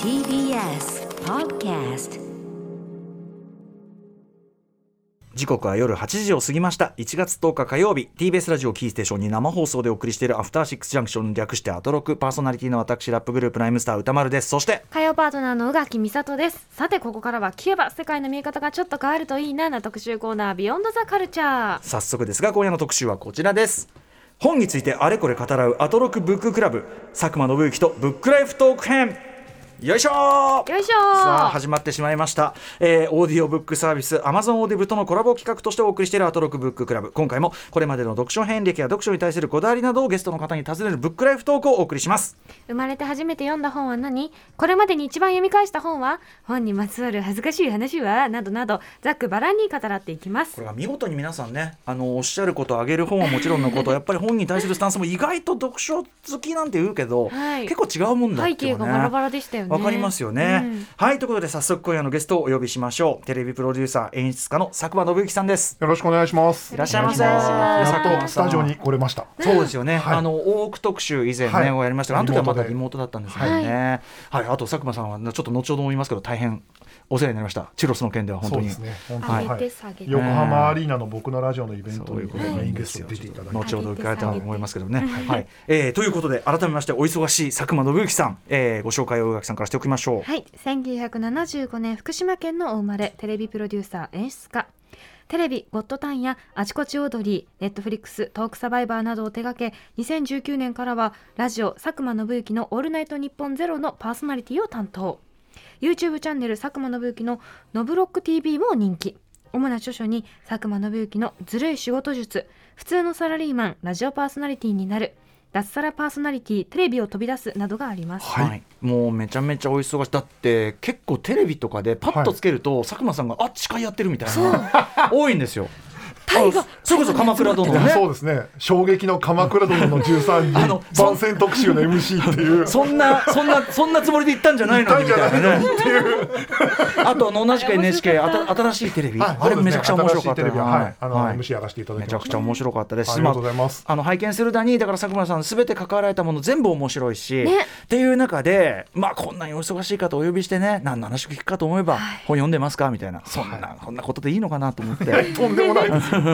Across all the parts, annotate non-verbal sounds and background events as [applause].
TBS Podcast 時刻は夜8時を過ぎました1月10日火曜日 TBS ラジオキーステーションに生放送でお送りしているアフターシックスジャンクション略してアトロクパーソナリティの私ラップグループライムスター歌丸ですそして火曜パートナーの宇垣美里ですさてここからはキューバ世界の見え方がちょっと変わるといいなな特集コーナービヨンドザカルチャー早速ですが今夜の特集はこちらです本についてあれこれ語らうアトロクブッククラブ佐久間信之とブックライフトーク編よいしょーよいしょさあー始まってしまいました、えーオーディオブックサービス Amazon オーディブとのコラボ企画としてお送りしているアトロックブッククラブ今回もこれまでの読書遍歴や読書に対するこだわりなどをゲストの方に尋ねるブックライフトークをお送りします生まれて初めて読んだ本は何これまでに一番読み返した本は本にまつわる恥ずかしい話はなどなどざっくばらんに語らっていきまこすれが見事に皆さんねあのおっしゃることあげる本はもちろんのこと [laughs] やっぱり本に対するスタンスも意外と読書好きなんて言うけど、はい結構違うもんだ背ってい景うねがバラバラでしたよねわかりますよね、うんはいということで早速今夜のゲストをお呼びしましょうテレビプロデューサー演出家の佐久間信之さんですよろしくお願いします。いらっしゃいませお願しますいらっしゃいやっまとせスタジオに来れました。そうですよね、はいあの大奥特集以前ね、はいをやりましたがあの時はまだリリモモートだったんですよね、はいあと佐久間さんはちょっと後ほども言いますけど大変お世話になりましたチュロスの件では本そ当うにですね。本当上にげはてい。下げて、横浜アリーナの僕のラジオのイベンそトういうにことなメイんンゲでスすトよ。で出ていただき後ほど伺いたいと思いますけどね。はい、えーということで改めましてお忙しい佐久間信之さん、えーご紹介を宇垣さんからしておきましょう。はい、1975年福島県のお生まれテレビプロデューサー演出家テレビ「ゴッドタン」や「あちこちオードリー」ネットフリックス「トークサバイバー」などを手掛け2019年からはラジオ佐久間信之の「オールナイトニッポンゼロのパーソナリティを担当 YouTube チャンネル佐久間信之の「ノブロック TV」も人気主な著書に佐久間信之の「ずるい仕事術」「普通のサラリーマンラジオパーソナリティになる」「脱サラパーソナリティテレビを飛び出す」などがあります。はいもうめちゃめちゃお忙しいだって結構テレビとかでパッとつけると、佐久間さんがあっ司会やってるみたいな [laughs] 多いんですよ。あそれこそ鎌倉殿のます。そうね。ですね。衝撃の鎌倉 [laughs] 殿の13あの人番宣特集の [laughs] MC っていう。そんなそんなそんなつもりで行ったんじゃないのにみたいなね。あとあの同じく NHK あた新しいテレビ、はいあれそうですねめちゃくちゃ面白かった新しいテレビははいあのはい MC やらせていただきまめしちたゃくちゃ面白かったですしありがとうございますああの拝見するだにだから佐久間さんすべて関わられたもの全部面白いし、ねっていう中でまあこんなにお忙しい方お呼びしてね何の話聞くかと思えば、本読んでますかみたいなそんな、こんなことでいいのかなと思って、 [laughs] とんでもないです。 [laughs]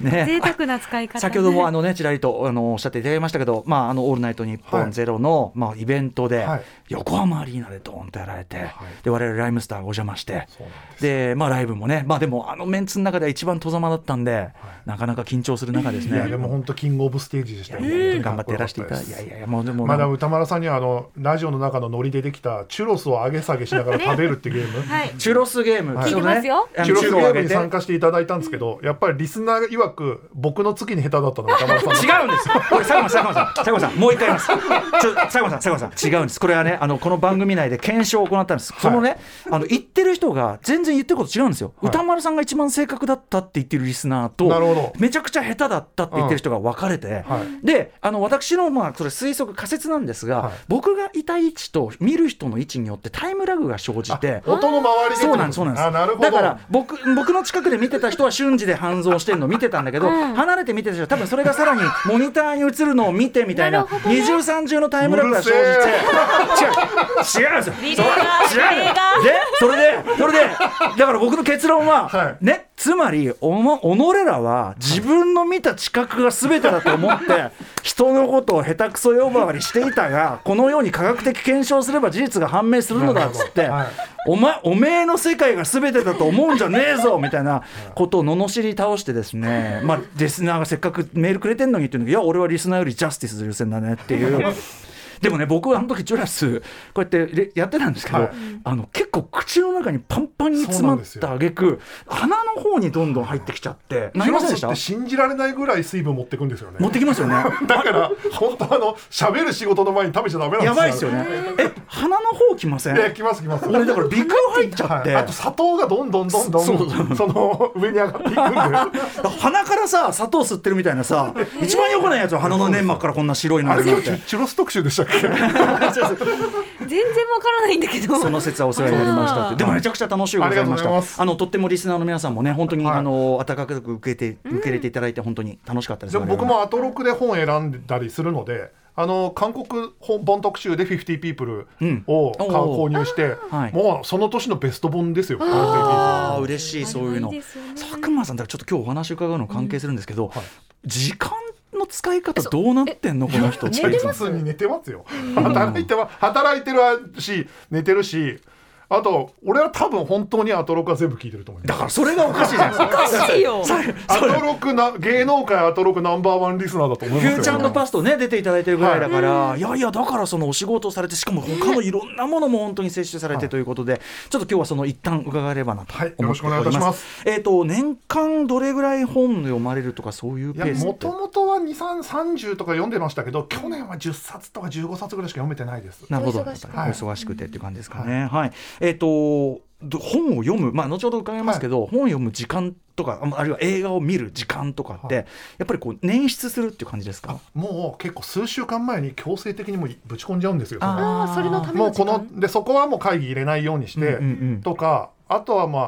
ね贅沢な使い方先ほどもあのねちらりとあのおっしゃっていただきましたけど、まああのオールナイト日本ゼロの、まあイベントで、はい横浜アリーナでドーンとやられて、はいで我々ライムスターがお邪魔してそうなんですでまあライブもねまあでもあのメンツの中では一番戸ざまだったんで、なかなか緊張する中ですいね。やでも本当キングオブステージでしたよ。頑張ってやらせていただいてて、いやいやいや、もうでも、まだ歌丸さんにはあのラジオの中のノリでできたチュロスを上げ下げしながら食べるってゲーム。はいチュロスゲーム、はいその聞いてますよあのチュロスゲをーム上げにて参加していただいたんですけど、やっぱりリスナー曰く僕の次に下手だったのが歌丸さん。違うんです。これ佐久間さん、佐久間さん、佐久間さん、もう一回言います。ちょ佐久間さん、佐久間さん、違うんです。これはね、あのこの番組内で検証を行ったんです。そのね、あの言ってる人が全然言ってること違うんですよ。はい歌丸さんが一番正確だったって言ってるリスナーと、なるほどめちゃくちゃ下手だったって言ってる人が分かれて、 [laughs] はで、あの私のまあそれ推測仮説なんですが、はい僕がいた位置と見る人の位置によってタイムラグが生じて、音の周りでってことそうなんですそうなんですあなるほどだから僕僕の近くで見てた人は瞬時で半蔵してるの見てたんだけど、ん離れて見てた人は多分それがさらにモニターに映るのを見てみたいななるほどね二重三重のタイムラグが生じてうる違う違うんですよそう違うレーがリレーがでそれでそれでだから僕の結論は、はいねつまりおの己らは自分の見た知覚が全てだと思 [laughs] って人のことを下手くそ呼ばわりしていたがこのように科学的検証すれば事実が判明するのだっつって、はいお前おめえの世界が全てだと思うんじゃねえぞみたいなことを罵り倒してですね、まあ、リスナーがせっかくメールくれてんのにっていうのにいや俺はリスナーよりジャスティス優先だねっていう。でもね僕はあの時チュラスこうやってれやってたんですけど、はいあの結構口の中にパンパンに詰まっそうたな挙句鼻の方にどんどん入ってきちゃってなチりュまロせんスでしったて信じられないぐらい水分持ってくんですよね。持ってきますよねだから本当あの喋る仕事の前に食べちゃダメなんです [laughs] よ。やばいですよね。え鼻の方きませんえ来ます来ます。俺だから鼻腔入っちゃっはて、い、あと砂糖がどんどんどんどんそそうそうの上に [laughs] 上がっていくんで。鼻からさ砂糖吸ってるみたいなさ一番よくないやつは鼻の粘膜からこんな白いのあがれ出今て日チュチュロス特集でしたっ [laughs] け？全然わからないんだけどその説はお世話になりましたってでもめちゃくちゃ楽しゅうございまありしがとうございたますあのとってもリスナーの皆さんもね本当に、はいあの温かく受けて受け入れていただいて本当に楽しかったですでも僕もアトロクで本選んだりするので。あの韓国本本特集で50 people うんをおー買う購入して、はいもうその年のベスト本ですよ。ああ50 people 嬉しいそういうのあれもですよね佐久間さんだからちょっと今日お話伺うの関係するんですけど、はい時間の使い方どうなってんのこの人ってえ寝てま普通に寝てますよ。働いては働いてるし寝てるし。あと俺は多分本当にアトロクは全部聞いてると思いますだからそれがおかしいじゃないですかおかしいよそれアそトれロクな芸能界アトロクナンバーワンリスナーだと思いますフよューチャーパストね出ていただいてるぐらいだから、い、やいやだからそのお仕事をされてしかも他のいろんなものも本当に摂取されてということで、ちょっと今日はその一旦伺えればなとはいよ思っろてしおくりお願いいまたす,、しますえっ、と年間どれぐらい本読まれるとかそういういペやースもってともとは2 3 30とか読んでましたけど去年は10冊とか15冊ぐらいしか読めてないです。なるほどおお忙しくて忙しくてっていう感じですかね。はい、えっ、とど本を読む、まあ、後ほど伺いますけど、本を読む時間とかああるいは映画を見る時間とかって、はやっぱりこう捻出するっていう感じですかもう結構数週間前に強制的にもうぶち込んじゃうんですよ。あああそれのためものう時こ間のでそこはもう会議入れないようにして、うんうんうんとかあとはま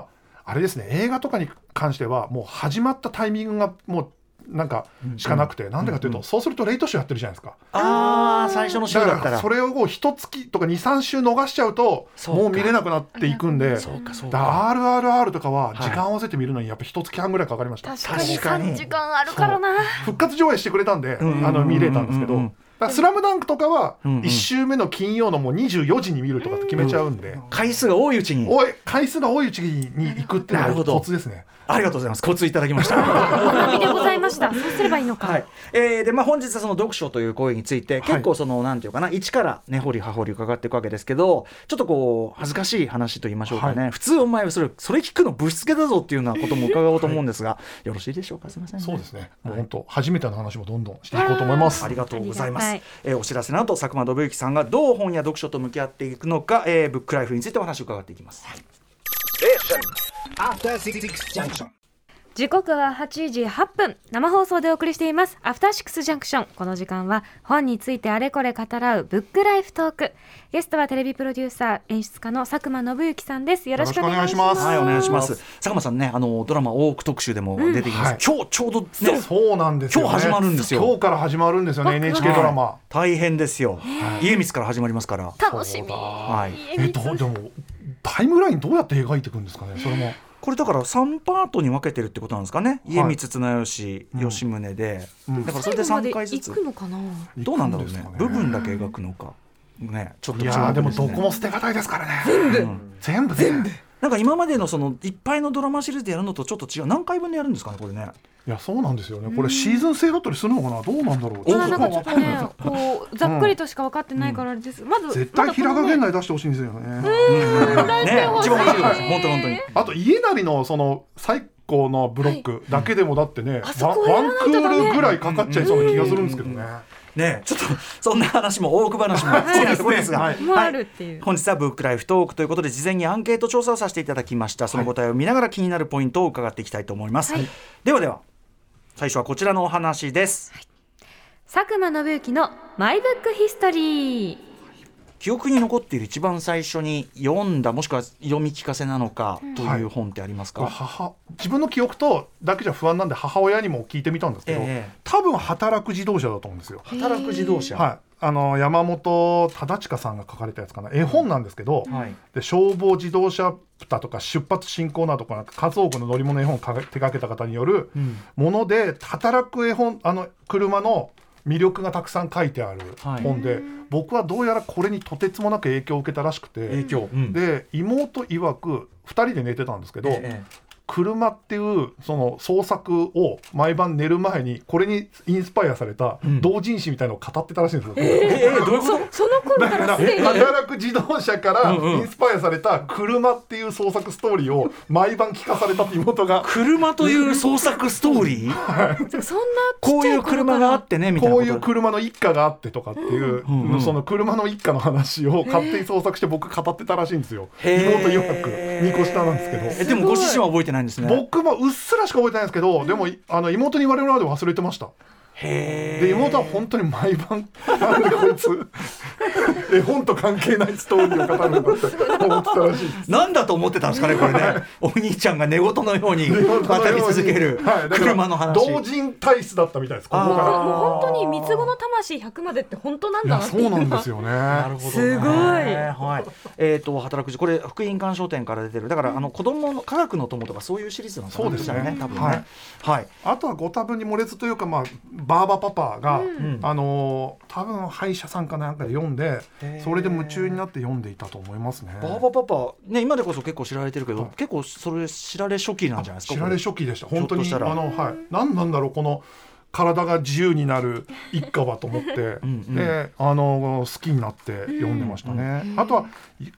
ああれですね映画とかに関してはもう始まったタイミングがもうなんかしかなくて、なんでかというと、そうするとレイトショーやってるじゃないですか。ああ最初の週だだっかたららそれをこう一月とか23週逃しちゃうとそうかもう見れなくなっていくんで。そうかそうだか。から RRR とかはい時間合わせて見るのにやっぱ一月半ぐらいかかりました、確かに確かに3時間あるからな復活上映してくれたんで、うんうんうんうんあの見れたんですけど、うんうんだからスラムダンクとかはうんうん1週目の金曜のもう24時に見るとかって決めちゃうんで、回数が多いうちにおい回数が多いうちに行くっていうなるのほがどコツですね。ありがとうございますコツいただきました。学びでございましたそうすればいいのか、はいえーでまあ、本日はその読書という行為について結構その、なんていうかな一から根掘り葉掘り伺っていくわけですけどちょっとこう恥ずかしい話と言いましょうかね、普通お前はそれそれ聞くのぶしつけだぞっていうようなことも伺おうと思うんですが、よろしいでしょうかすみませんね、そうですね。もう本当初めての話もどんどんしていこうと思います。ありがとうございまあすりが。えーお知らせの後、佐久間信之さんがどう本や読書と向き合っていくのか、えーブックライフについてお話を伺っていきます。時刻は8時8分生放送でお送りしていますアフターシックスジャンクションこの時間は本についてあれこれ語らうブックライフトークゲストはテレビプロデューサー演出家の佐久間信之さんですよろしくお願いしますはい、お願いしますす。佐久間さんね、あのドラマ多く特集でも出てきます。うんはい今日ちょうどね、そうなんですよ、ね。今日始まるんですよ今日から始まるんですよね。NHK ドラマ。大変ですよ。家光から始まりますから。楽しみはい。えどうでもタイムラインどうやって描いていくんですかね。それもこれだから三パートに分けてるってことなんですかね。い家光綱吉、うん吉宗で、うんだからそ最れで後まで三回ず行つく。のかなどうなんだろうね行くんです部かね分だけ描くのか。ね、ちょっとい注目やすねーでもどこも捨てがたいですからね。全部全部全部。いなんか今までのそのいっぱいのドラマシリーズでやるのとちょっと違う何回分でやるんですかねこれねやそうなんですよね。これシーズン制だったりするのかな。どうなんだろう。ただなんかちょっとねわかんないこうざっくりとしか分かってないからあれです、まず絶対平賀まだこのね源内出してほしいんですよね。 [laughs] ねほし一い番面白いです本当本当にあと家なりのその最高のブロックだけでもだってね、あそワンこはやワらンないクとダメールぐらいかかっちゃいそうな気がするんですけどね。ねちょっとそんな話も大奥話も好きなところですが、はいもうあるっていう本日はブックライフトークということで事前にアンケート調査をさせていただきましたその答えを見ながら気になるポイントを伺っていきたいと思います、はいではでは最初はこちらのお話です、佐久間信之のマイブックヒストリー記憶に残っている一番最初に読んだもしくは読み聞かせなのかという本ってありますか、これ母自分の記憶とだけじゃ不安なんで母親にも聞いてみたんですけど、ええ多分働く自動車だと思うんですよ。働く自動車はい、あの山本忠親さんが書かれたやつかな絵本なんですけど、はいで消防自動車プタとか出発進行などなんか数多くの乗り物絵本をか手掛けた方によるうんもので、働く絵本あの車の魅力がたくさん書いてあるはい本で、僕はどうやらこれにとてつもなく影響を受けたらしくて、影響、うんで妹曰く2人で寝てたんですけど、ええ車っていうその創作を毎晩寝る前にこれにインスパイアされたうん同人誌みたいなのを語ってたらしいんですよ。ええええどういうことその頃だかかららすでに働く自動車からうんうんインスパイアされた車っていう創作ストーリーを毎晩聞かされたって妹が車という創作ストーリーそんなちっこうちいゃうい頃車かがあらってねみたいなここうという車の一家があってとかっていう、うんうんその車の一家の話を勝手に創作して僕語ってたらしいんですよへー妹曰く2個下なんですけどえでもご自身は覚えてないんですね僕もうっすらしか覚えてないんですけど、でもいあの妹に言われるまで忘れてました。へで妹は本当に毎晩なんでこいつ [laughs] 絵本と関係ないストーリーを語るんだって思って [laughs] たらしいですなんだと思ってたんですかねこれねお兄ちゃんが寝言のように語り続けるはいだから車の話同人体質だったみたいですここあーかもう本当に三つ子の魂100までって本当なんらいだなやってそいううのはなんですよねなるほどねすごいはい。えっ、と働く時これ福音館商店から出てるだから、あの子供の科学の友とかそういうシリーズなんそうですね多分ね。ははいい。はい。あとはご多分に漏れずというか、まあ、バーバパパが、んあのー多分歯医者さんかなんかで読んでへーそれで夢中になって読んでいたと思いますね。バーバパパね今でこそ結構知られてるけど、はい結構それ知られ初期なんじゃないですか。知られこ初期でしたひょっ本当とにしたあらの、はい、何なんだろうこの体が自由になる一家はと思ってん [laughs] うんであの好きになって読んでましたね、あとは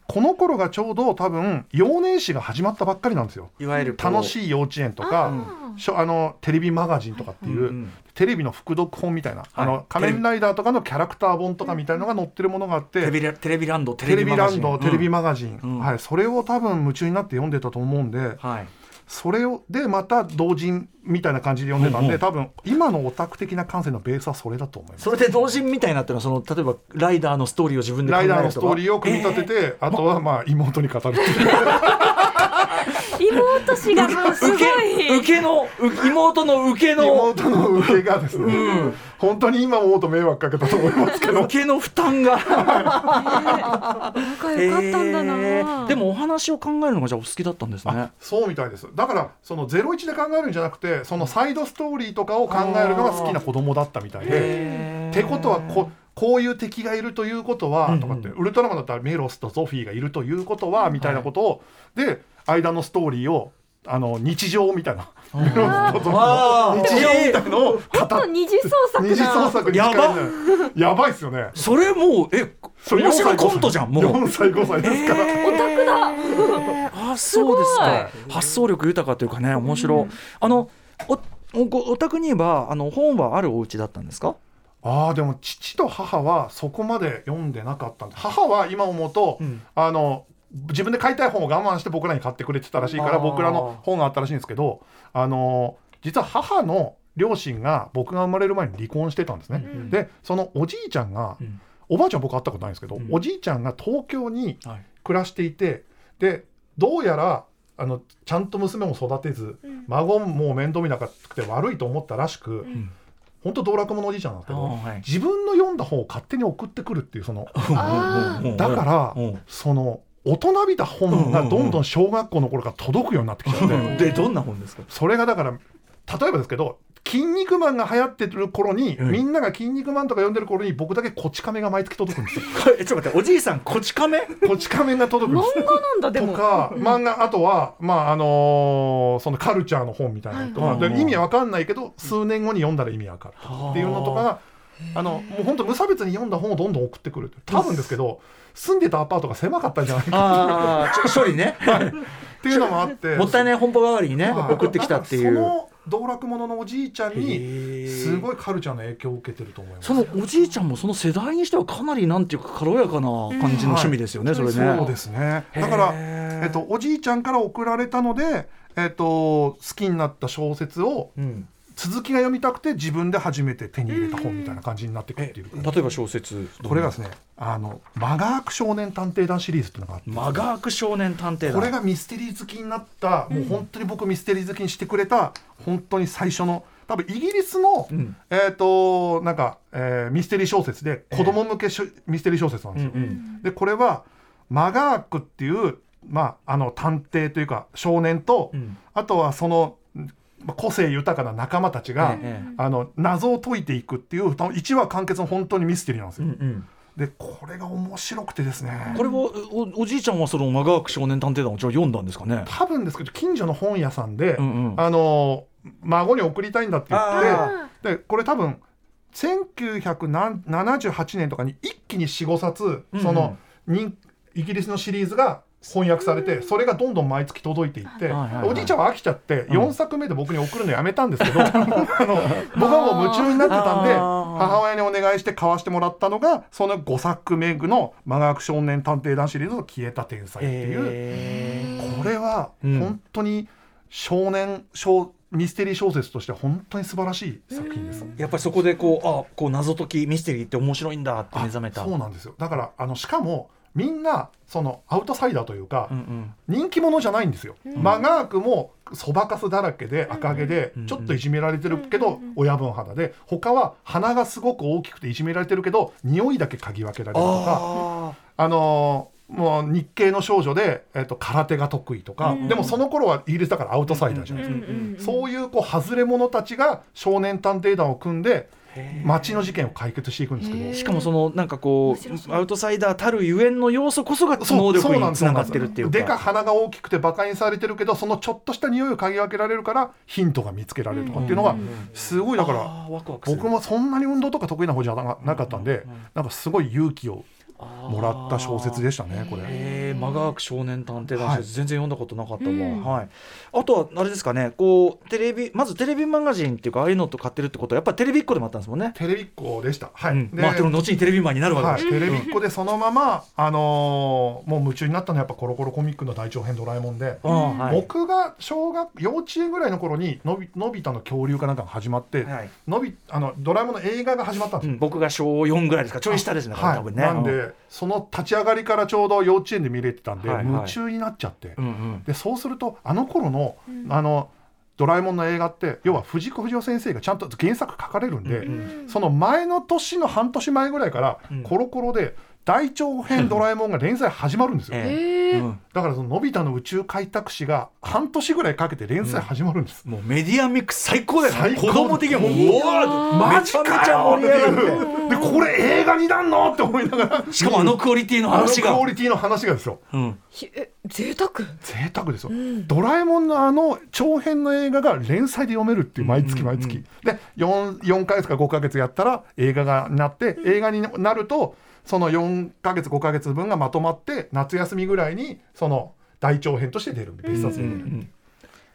この頃がちょうど多分幼年誌が始まったばっかりなんですよいわゆるこう楽しい幼稚園とあかしょあのテレビマガジンとかっていう、うんうんテレビの副読本みたいな、あはいの仮面ライダーとかのキャラクター本とかみたいのが載ってるものがあって、テレビラテレビランドテテレレビビマガラジンンド、テレビママガジン、うんはい、それを多分夢中になって読んでたと思うんで、はい。それをでまた同人みたいな感じで読んでたんで、うんうん多分今のオタク的な感性のベースはそれだと思います。それで同人みたいなっていうのはその例えばライダーのストーリーを自分で考ラえイるとか。ダーのストーリーを組み立てて、あとはまあ妹に語るっていう妹氏がもうすご受けい受けのう妹の受けの妹の受けがですね、本当に今思うと迷惑かけたと思いますけど受けの負担が。仲良かったんだな、えーでもお話を考えるのがじゃあお好きだったんですねあ。そうみたいですだからそのゼロ一で考えるんじゃなくてそのサイドストーリーとかを考えるのが好きな子供だったみたいで。ってことはここういう敵がいるということは、うんうんとかってウルトラマンだったらメロスとゾフィーがいるということは、みたいなことをで間のストーリーをあの日常みたいな、メロスとゾフィーの日常みたいのをちょっと二次創作な二次創作に近いんじゃないやばいっすよねそれもうえそれ面白いコントじゃんもう。 4歳5歳ですから、オタクだあそうですかす発想力豊かというかね面白い、あのおおごお宅にはあの本はあるお家だったんですかああでも父と母はそこまで読んでなかったんで母は今思うと、うんあの自分で買いたい本を我慢して僕らに買ってくれてたらしいかあらー僕らの本があったらしいんですけどあの実は母の両親が僕が生まれる前に離婚してたんですね、うんでそのおじいちゃんが、うんおばあちゃん僕会ったことないんですけど、うんおじいちゃんが東京にはい暮らしていてでどうやらあのちゃんと娘も育てず、孫も面倒見なくて悪いと思ったらしく、ん本当道楽者のおじいちゃんなんですけど、あーはい自分の読んだ本を勝手に送ってくるっていうそのあーだから、うんその大人びた本がどんどん小学校の頃から届くようになってきちゃって、うん [laughs] でどんな本ですかそれがだから例えばですけど「筋肉マン」が流行ってる頃に、うんみんなが「筋肉マン」とか読んでる頃に僕だけ「こち亀」が毎月届くんです [laughs] よ。えちょっと待っておじいさんこち亀こち亀が届くんです漫画なんだでともか漫画あとは、まああのーそのカルチャーの本みたいなのとはかい、はいで意味わかんないけど数年後に読んだら意味わかるとかっていうのとかがあのもう本当無差別に読んだ本をどんどん送ってくる多分ですけど住んでたアパートが狭かったんじゃないかあ [laughs] あ処理ねっていうのもあってもったいない本舗代わりにねはい送ってきたっていそうの道楽者のおじいちゃんにすごいカルチャーの影響を受けてると思いますそのおじいちゃんもその世代にしてはかなりなんていうか軽やかな感じの趣味ですよね、それねそうですねだから、へーえっと、おじいちゃんから送られたので、えっと、好きになった小説をうん続きが読みたくて自分で初めて手に入れた本みたいな感じになってくるっていうか、例えば小説これがですねあの「マガーク少年探偵団」シリーズっていうのがあってマガーク少年探偵団これがミステリー好きになった、もう本当に僕ミステリー好きにしてくれた本当に最初の多分イギリスの、うんえっ、となんか、えーミステリー小説で子供向けしょ、ミステリー小説なんですよ。でこれはマガークっていう、まあ、あの探偵というか少年と、うんあとはそのまあ個性豊かな仲間たちが、ええあの謎を解いていくっていう1話完結の本当にミステリーなんですうんよ。うんでこれが面白くてですねこれをおおじいちゃんはそのマガーク少年探偵団をじゃあ読んだんですかね。多分ですけど近所の本屋さんで、うんうんあの孫に送りたいんだって言っあてでこれ多分1978年とかに一気に45冊うんその、人イギリスのシリーズが翻訳されてそれがどんどん毎月届いていって、はいはいはいおじいちゃんは飽きちゃってうん4作目で僕に送るのやめたんです [laughs] けど、あの僕はもう夢中になってたんであー母親にお願いして買わしてもらったのがその5作目の「マガーク少年探偵団」シリーズの「消えた天才」っていう。えこれはうん本当に少年少ミステリー小説としては本当に素晴らしい作品です。やっぱりそこでこうあこう謎解きミステリーって面白いんだって目覚めたそうなんですよだからあのしかもみんなそのアウトサイダーというか、うんうん人気者じゃないんですよ、マガークもそばかすだらけで赤毛でうんちょっといじめられてるけど親分肌で他は鼻がすごく大きくていじめられてるけど匂いだけ嗅ぎ分けられるとかああのーもう日系の少女で、えっと空手が得意とか、うんでもその頃はイギリスだからアウトサイダーじゃないですか、そういうこう外れ者たちが少年探偵団を組んで町の事件を解決していくんですけどあしかもそのなんかこうアウトサイダーたるゆえんの要素こそが能力につながってるっていうかでか鼻が大きくて馬鹿にされてるけどそのちょっとした匂いを嗅ぎ分けられるからヒントが見つけられるとかっていうのがうんすごいだからあーワクワクする僕もそんなに運動とか得意な方じゃななかったんうんでうんうんなんかすごい勇気をもらった小説でししたねこれ。えマガーク少年探偵団はい小説全然読んだことなかったわ、うんはい、あとはあれですかねこうテレビまずテレビマガジンっていうかああいうのと買ってるってことはやっぱりテレビっ子でもあったんですもんね、テレビっ子でした。はういん。でまあでも後にテレビマンになるわはけい、です、テレビっ子でそのまま、あのーもう夢中になったのはやっぱコロコロコミックの大長編「ドラえもんで」うんはい僕が小学幼稚園ぐらいの頃にのびのび太の恐竜かなんかが始まって、はいのびあのドラえもんの映画が始まったんですうよん、僕が小4ぐらいですかちょい下ですね、はい多分ねなんでその立ち上がりからちょうど幼稚園で見れてたんで、はいはい夢中になっちゃって、うんうんでそうするとあの頃の、あのドラえもんの映画って要は藤子不二雄先生がちゃんと原作書かれるんで、うんうんその前の年の半年前ぐらいから、うんコロコロで大長編ドラえもんが連載始まるんですよ、ええうんだからそののび太の宇宙開拓史が半年ぐらいかけて連載始まるんです、もうメディアミックス最高だよね最高子供的にはもういいうわーマジかよってめちゃめちゃ盛り上がっていうでこれ映画になんのって思いながらしかもあのクオリティのあの話がクオリティの話がですようん贅沢贅沢ですよ、ドラえもんのあの長編の映画が連載で読めるっていう毎月毎月、うんで 4, 4ヶ月か5ヶ月やったら映画がなって映画になるとその4ヶ月5ヶ月分がまとまって夏休みぐらいにその大長編として出るんで別冊で、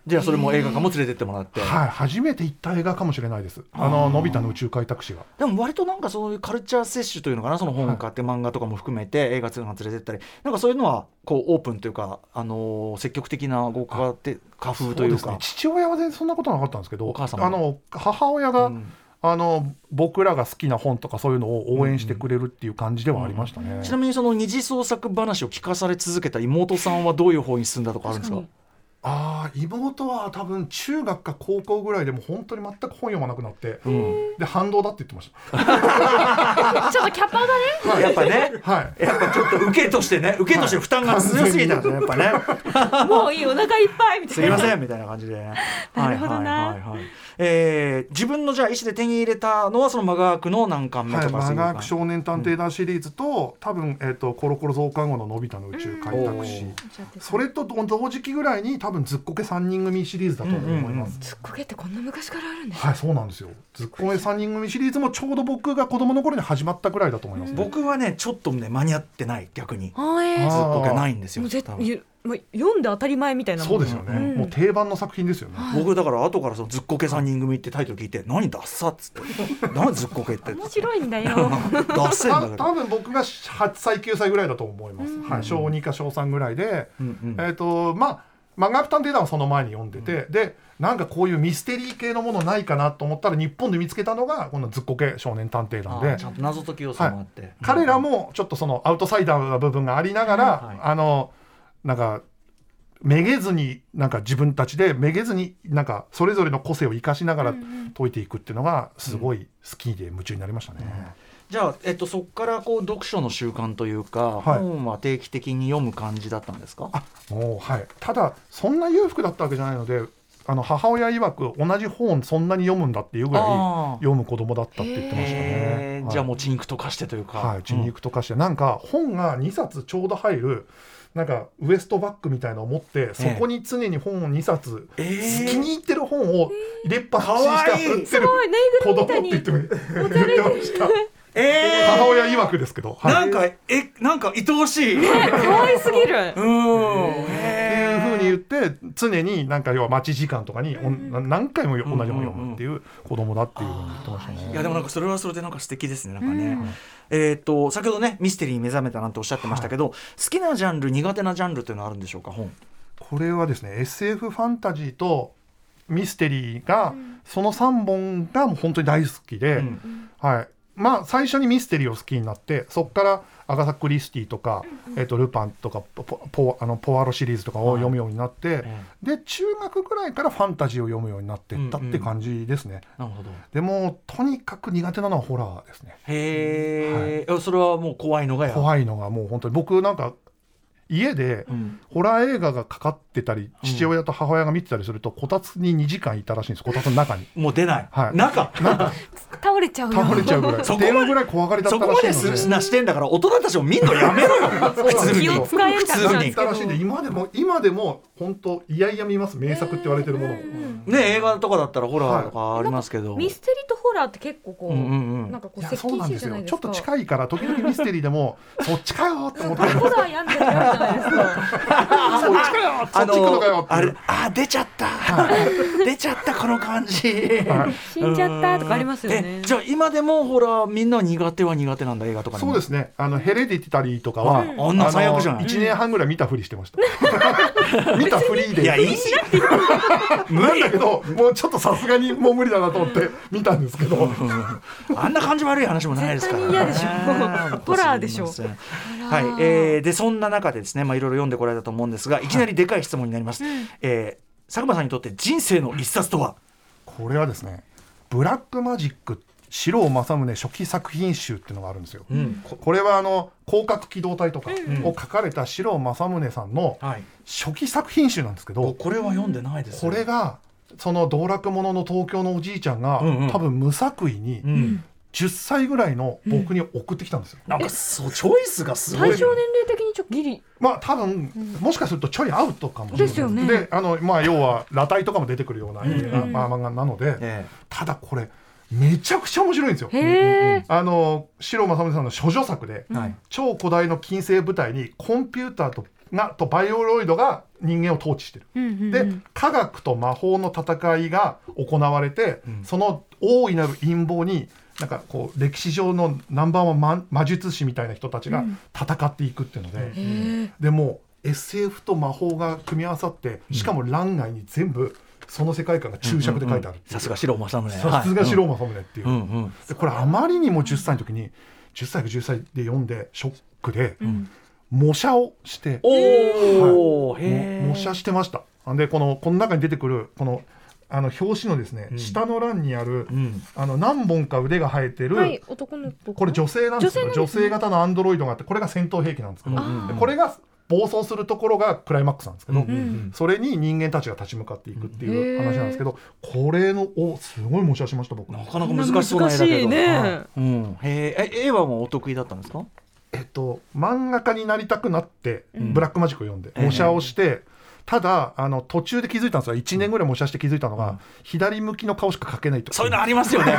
じゃあそれも映画館も連れてってもらって、はい、初めて行った映画かもしれないですあののび太の宇宙開拓史がでも割となんかそういうカルチャー摂取というのかなその本を買って漫画とかも含めて映画通販連れてったりなんかそういうのはこうオープンというか、あのー積極的なご家庭家風というそうですねか父親は全然そんなことなかったんですけどお母様あの母親が、うんあの僕らが好きな本とかそういうのを応援してくれるっていう感じではありましたね、ちなみにその二次創作話を聞かされ続けた妹さんはどういう方に進んだとかあるんですか確ああ妹は多分中学か高校ぐらいでもう本当に全く本読まなくなって、で反動だって言ってましちょっとキャパが [laughs] ねやっぱねたはいやっぱちょっと受けとしてね受けとして負担が強すぎたんですねやっぱねもういいお腹いっぱいみたいなすいませんみたいな感じでね。なるほどなはいはいはいはいえー自分のじゃあ意思で手に入れたのはそのマガークの何巻目はとい、かマそういうガー感クじ。少年探偵団シリーズと、多分、えっとコロコロ増刊後ののび太の宇宙開拓史、うんそれと同時期ぐらいに多分ずっこけ三人組シリーズだと思います、ツッコゲってこんな昔からあるんですはいそうなんですよずっこけ三人組シリーズもちょうど僕が子供の頃に始まったぐらいだと思います、ね僕はねちょっとね間に合ってない逆に。ずっあえあこけないんですもよう。絶多対分ゆもう読んで当たり前みたいなそうでですよね、うんもう定番の作品ですよね、僕だから後からそのずっこけ三人組ってタイトル聞いて何ダッサっつ [laughs] って何ずっこけって面白いんだよダッセたーんだ [laughs] けど。多分僕が8歳9歳ぐらいだと思います、はい、小2か小3ぐらいで、うんうんえっ、とまあマガプタンデータはその前に読んでて、でなんかこういうミステリー系のものないかなと思ったら日本で見つけたのがこの「ずっこけ少年探偵団あで」ーちゃんと謎解き要素もあって。彼らもちょっとそのアウトサイダーな部分がありながら、はいあのなんかめげずになんか自分たちでめげずになんかそれぞれの個性を生かしながら解いていくっていうのがすごい好きで夢中になりましたね。じゃあえっとそこからこう読書の習慣というかはい本は定期的に読む感じだったんですか。もうはい、ただそんな裕福だったわけじゃないのであの母親曰く同じ本そんなに読むんだっていうぐらいあー読む子供だったって言ってましたへねー。はいじゃあもう血肉とかしてというか、はい、血肉とかして、なんか本が2冊ちょうど入るなんかウエストバッグみたいなのを持ってそこに常に本を2冊、えー気に入ってる本を入れっぱなしにして売ってるおいぬいぐ子るみみ供ってたいに言っても言ってましたうんえ母親曰くですけど、ー、なんっかえなんか愛おしい、可愛すぎるうんていうふうにへ言って常になんか要は待ち時間とかにおん何回も同じ本読むっていう子供だっていうふうに言ってましたね。いやでもなんかそれはそれでなんか素敵ですねなんかね、えーっと先ほどねミステリーに目覚めたなんておっしゃってましたけど、好きなジャンル苦手なジャンルというのはあるんでしょうか本これはですね SF ファンタジーとミステリーが、その3本がもう本当に大好きで、はい、まあ最初にミステリーを好きになってそこからアガサ・クリスティとか、えっとルパンとかポポあのポワロシリーズとかを読むようになって、で中学ぐらいからファンタジーを読むようになってったって感じですね、なるほどでもとにかく苦手なのはホラーですねへえ、それはもう怖いのがや怖いのがもう本当に僕なんか家でうんホラー映画がかかってたり父親と母親が見てたりすると、こたつに2時間いたらしいんですこたつの中にもう出ない、はい中倒れちゃうよ倒れちゃうぐら [laughs] いそこま出でるぐらい怖がりだったそこらましいでのすで [laughs] るなしてんだから大人たちも見んのやめろよ普通に気を使える普からなん通でにすけど新しいんで今でも今でも本当いやいや見ます名作って言われてるものを、ね映画とかだったらホラーとかありますけど、ミステリーとホラーって結構こう、うんうんうんなんかこいうや接そう近なんしてでるじすゃなよいでちょすっとか近いから時々ミステリーでもそっちかよって思ってホラーやんでるやつじゃないですかそっちかよそっち行くのかよってあいれうあ出ちゃった、 [laughs] 出ちゃったこの感じ、はい死んじゃったとかありますよえねじゃあ今でもほらみんな苦手は苦手なんだ映画とかそうですすねあのヘレディタリーとかは、うんあんな最悪じゃない1年半ぐらい見たふりしてました見たふりでいやいいなんだけどもうちょっとさすがにもう無理だなと思って見たんですけど、あんな感じ悪い話もないですから、絶対に嫌でしょねホラーでしょすいませんはい、えー、でそんな中でですね、まあいろいろ読んでこられたと思うんですが、いきなりでかい質問になります。えー佐久間さんにとって人生の一冊とは、これはですね「ブラックマジック四郎正宗初期作品集」っていうのがあるんですよ。んここれはあの広角機動隊とかを書かれた四郎正宗さんのはい、初期作品集なんですけど、おこれは読んでないですこよ、れがその道楽者の東京のおじいちゃんが、うんうん多分無作為にうん、 10歳ぐらいの僕に送ってきたんですよ。なんかそうチョイスがすごい対な。象年齢的にちょっとギリまあ多分、もしかするとちょいアウトかもしれないですよねであのまあ要は裸体とかも出てくるようなまあ漫画なので、えただこれめちゃくちゃ面白いんですよ。へえ、あの四郎正宗さんの諸女作で、えはい、超古代の近世舞台にコンピューターとなとバイオロイドが人間を統治してる。で科学と魔法の戦いが行われて、んその大いなる陰謀になんかこう歴史上のナンバーワン魔魔術師みたいな人たちが戦っていくっていうので、でもう SF と魔法が組み合わさってしかも欄外に全部その世界観が注釈で書いてあるっていうさすが白正宗。さすがはい白馬宗宗っていうう、んうんでこれあまりにも10歳の時に10歳か10歳で読んでショックで、模写をしておお、へも模写してましたでこのこの中に出てくるこのあの表紙のですね、下の欄にある、んあの何本か腕が生えてる、はい男の子これ女性なんですけど女性,、女性なんですね型のアンドロイドがあってこれが戦闘兵器なんですけど、ーでこれが暴走するところがクライマックスなんですけど、んそれに人間たちが立ち向かっていくっていう話なんですけど、これのをすごい模写しました僕なかなか難しそうな絵だけど。難しいねはいうん、へえ、え絵はもうお得意だったんですか。えっと、漫画家になりたくなって、んブラックマジックを読んで、ええ模写をして、ただあの途中で気づいたんですよ1年ぐらい模写して気づいたのが、左向きの顔しか描けないとそういうのありますよね。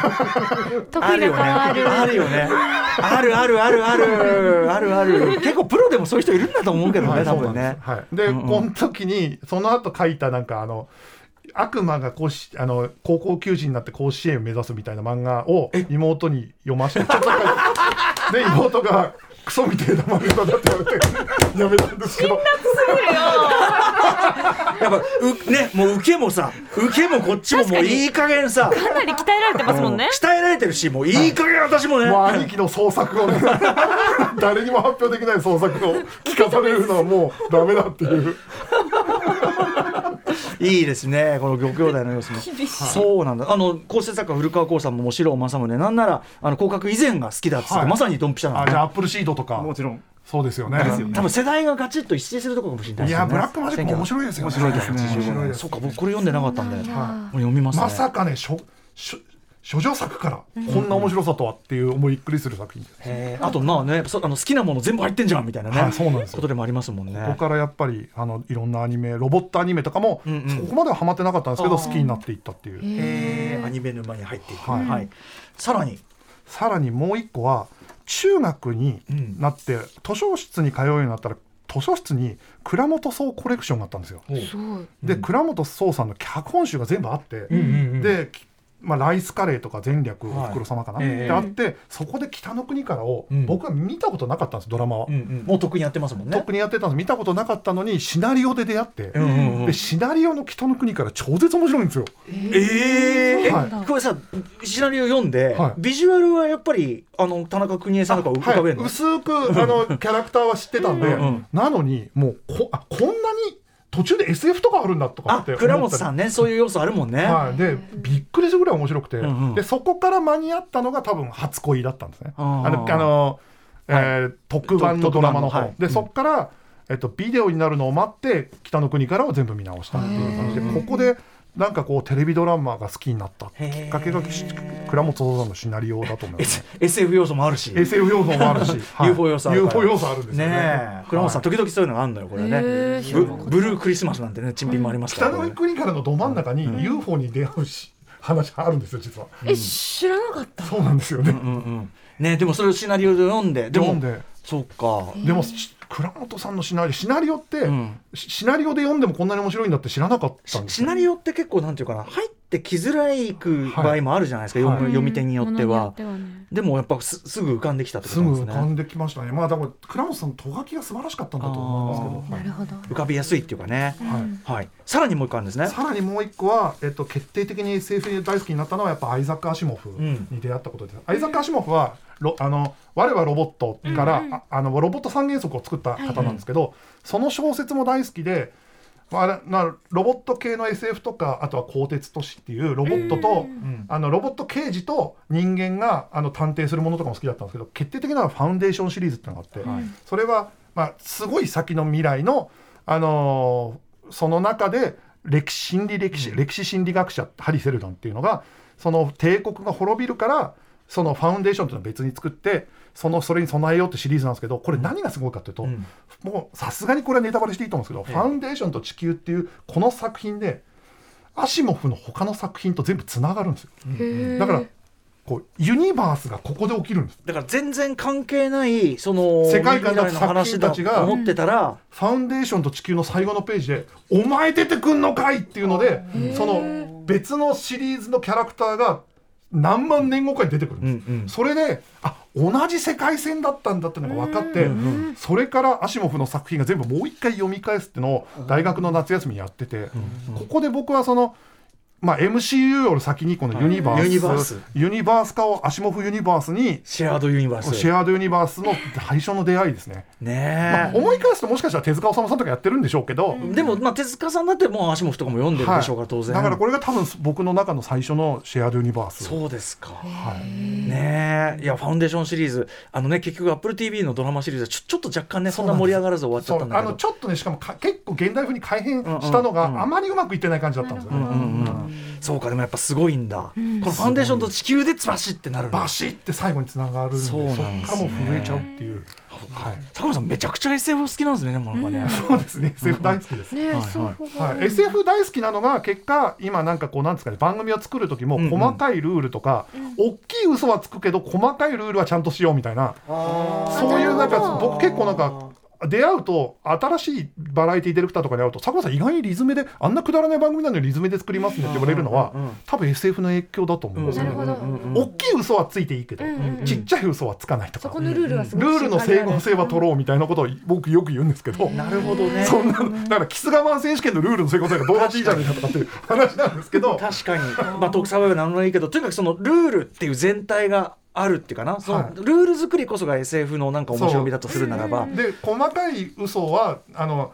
得意な顔ある [laughs] あるよね。あるあるあるあるあるあ [laughs] る。結構プロでもそういう人いるんだと思うけどはね、い多そう分なんですね。はい、で、うんうんこの時にその後描いたなんかあの悪魔がこうしあの高校球児になって甲子園を目指すみたいな漫画を妹に読ませてちょっと描いてで妹がクソみたいな漫画だって言われてやめたんですけどやっぱうね、もう受けもさ、受けもこっちももういい加減さ、かなり鍛えられてますもんね鍛えられてるし、もういい加減私もね。もう兄貴の創作をね [laughs] 誰にも発表できない創作を聞かされるのはもうダメだっていういいですね、この漁兄弟の様子も。そうなんだ。あの構成作家古川光さんももちろん正宗、なんならあの広角以前が好きだっつって、はいまさにドンピシャなあんじだゃあね。アップルシードとかもちろんそうですよねですよね多分世代がガチッと一致するところかもしれないいですよやね。ブラックマジック面白いですよね面白いですね面白いですそうか僕これ読んでなかったんで、はこれ読みますね。まさかねしょしょ諸女作からこんな面白さとはっていう思いっくりする作品です、へーあとまあねそあの好きなもの全部入ってんじゃんみたいなね、はいそうなんですよことでもありますもんね。ここからやっぱりあのいろんなアニメロボットアニメとかも、うんうんそこまではハマってなかったんですけどあー好きになっていったっていうへーアニメ沼に入っていく、ははいいさらに、さらにもう一個は中学になって、図書室に通うようになったら図書室に倉本総コレクションがあったんですよ。すごいで倉本総さんの脚本集が全部あって、うんうんうんできまあ、ライスカレーとか前略おふくろ様かな、はいええであってそこで「北の国から」をうん僕は見たことなかったんですドラマは、うんうんもう特にやってますもんね。特にやってたんです見たことなかったのにシナリオで出会って、うんうんうんでシナリオの「北の国から」超絶面白いんですよ。ええはいこれさシナリオ読んで、はいビジュアルはやっぱりあの田中邦衛さんとか浮かべるの、はい、薄くあの [laughs] キャラクターは知ってたんで、うんうんなのにもうこあこんなに途中で SF とかあるんだとかあって倉本思ったりさんねそういう要素あるもんね、はい、でびっくりするぐらい面白くて、うんうんでそこから間に合ったのが多分初恋だったんですね。あーあのあのえー特番のドラマの方、特番のはいでそこから、えっと、ビデオになるのを待って「北の国から」を全部見直したっていう感じでへーここでなんかこうテレビドラマが好きになったきへーっかけがし倉本さんのシナリオだと思い [laughs] ます。 S- SF 要素もあるし、 SF 要素もあ [laughs] るし、 UFO 要素あるから UFO 要素あるんですよねねえ倉本さん、はい時々そういうのがあるのよこれね、へーブブルークリスマスなんてね珍品もありますから北、の国からのど真ん中に UFO に出会うし、話があるんですよ実はえ知らなかったそうなんですよね、うんうんねでもそれをシナリオで読んででも読んでそうか、でもし倉本さんのシナリオシナリオって、うんしシナリオで読んでもこんなに面白いんだって知らなかったんしですシよナリオって結構なんていうかな入ってきづらいく場合もあるじゃないですか、はい読む読み手によっては、ものによってはねでもやっぱすすぐ浮かんできたってこすとなんぐです浮かねんできましたねまあだから倉本さんのとがきが素晴らしかったんだと思いますなけるどほど。浮かびやすいっていうかね、はい、はい、さらにもう一個あるんですねさらにもう一個は、えっと、決定的に SF に大好きになったのはやっぱアイザック・アシモフんに出会ったことです、アイザック・アシモフはロあの「我はロボット」から、ああのロボット三原則を作った方なんですけど、その小説も大好きで、まああれ、なロボット系の SF とかあとは「鋼鉄都市」っていうロボットと、んあのロボット刑事と人間があの探偵するものとかも好きだったんですけど決定的なのは「ファウンデーション」シリーズっていうのがあって、それは、まあ、すごい先の未来の、あのーその中で歴史心理歴史、歴史心理学者ハリー・セルダンっていうのがその帝国が滅びるからそのファウンデーションっていうのを別に作ってそのそれに備えようってシリーズなんですけどこれ何がすごいかっていうと、うんもうさすがにこれはネタバレしていいと思うんですけど「ファウンデーションと地球」っていうこの作品でアシモフの他の作品と全部つながるんですよ。だからこうユニバースがここで起きるんです。だから全然関係ないその世界観だった未来の話だ作品たちが思ってたら、ファウンデーションと地球の最後のページで「お前出てくんのかい!」っていうのでその別のシリーズのキャラクターが何万年後かに出てくるんです、うんうんそれであ同じ世界線だったんだっていうのが分かって、それからアシモフの作品が全部もう一回読み返すっていうのを大学の夏休みにやってて、ここで僕はその。まあ、MCU より先にこのユニバース,、ユニバースユニバース化をアシモフユニバースにシェアードユニバースシェアードユニバースの最初の出会いですね。まあねえ、思い返すともしかしたら手塚治虫さんとかやってるんでしょうけど、でも、まあ、手塚さんだってもう足も太くも読んでるでしょうから、当然だからこれが多分僕の中の最初のシェアドユニバースそうですか、はい、ねえいやファウンデーションシリーズあのね結局 AppleTV のドラマシリーズはちょちょっと若干ねそんなそうなんです盛り上がらず終わっちゃそったんうだあけどのちょっとねしかもか結構現代風に改変したうんうのんうがんあまりうまくいってない感じだったんですよね、うんうんそうかでもやっぱすごいんだ、このファンデーションと地球でバシってなるんだバシッて最後につながるんでそそうなんですねっからもう震えちゃうっていう、はい、高野さんめちゃくちゃ SF 好きなんですねでもなんかね、そうですね SF 大好きです、ねえはいそうはい、SF 大好きなのが結果今なんかこうなんですかね番組を作る時もうんうん細かいルールとか、大きい嘘はつくけど細かいルールはちゃんとしようみたいな [laughs] そういうなんか僕結構なんか出会うと新しいバラエティディレクターとかに会うと佐久間さん意外にリズムであんなくだらない番組なのにリズムで作りますねって言われるのはうんうんうん多分 SF の影響だと思うんですよねなるほどうん大きい嘘はついていいけどうんうんうんちっちゃい嘘はつかないとそかこルのルールはすごいールの整合性は取ろろうみたいなことを僕よく言うんですけどなるほどねそんなだからキス我慢選手権のルールの整合性がどうだっていいじゃないかとかっていう話なんですけど確かに、まあ、トークサバイバーなのいいけどとにかくそのルールっていう全体があるっていうかな、そのはいルール作りこそが SF のなんか面白みだとするならば、で細かい嘘はあの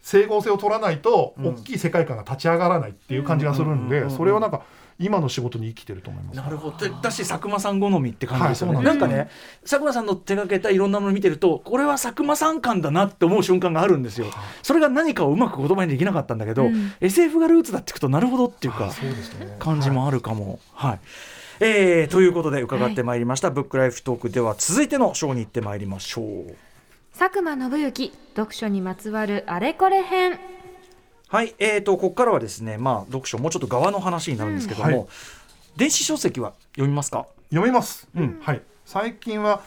整合性を取らないとうん大きい世界観が立ち上がらないっていう感じがするんうんうんうんでうんそれはなんか今の仕事に生きてると思います。なるほどでだし佐久間さん好みって感じですよね、はいなそんうかなんですね佐久間さんの手がけたいろんなものを見てるとこれは佐久間さん感だなって思う瞬間があるんですよそれが何かをうまく言葉にできなかったんだけど、うん SF がルーツだっていくとなるほどっていうかそうですね感じもあるかも。はい、えーということで伺ってまいりました「ブックライフトーク」では続いてのショーに行ってまいりましょう。佐久間信行、読書にまつわるあれこれ編。はい、えー、とここからはですね、まあ、読書もうちょっと側の話になるんですけども、うんはい電子書籍は読みますか読みます、うんはい、最近は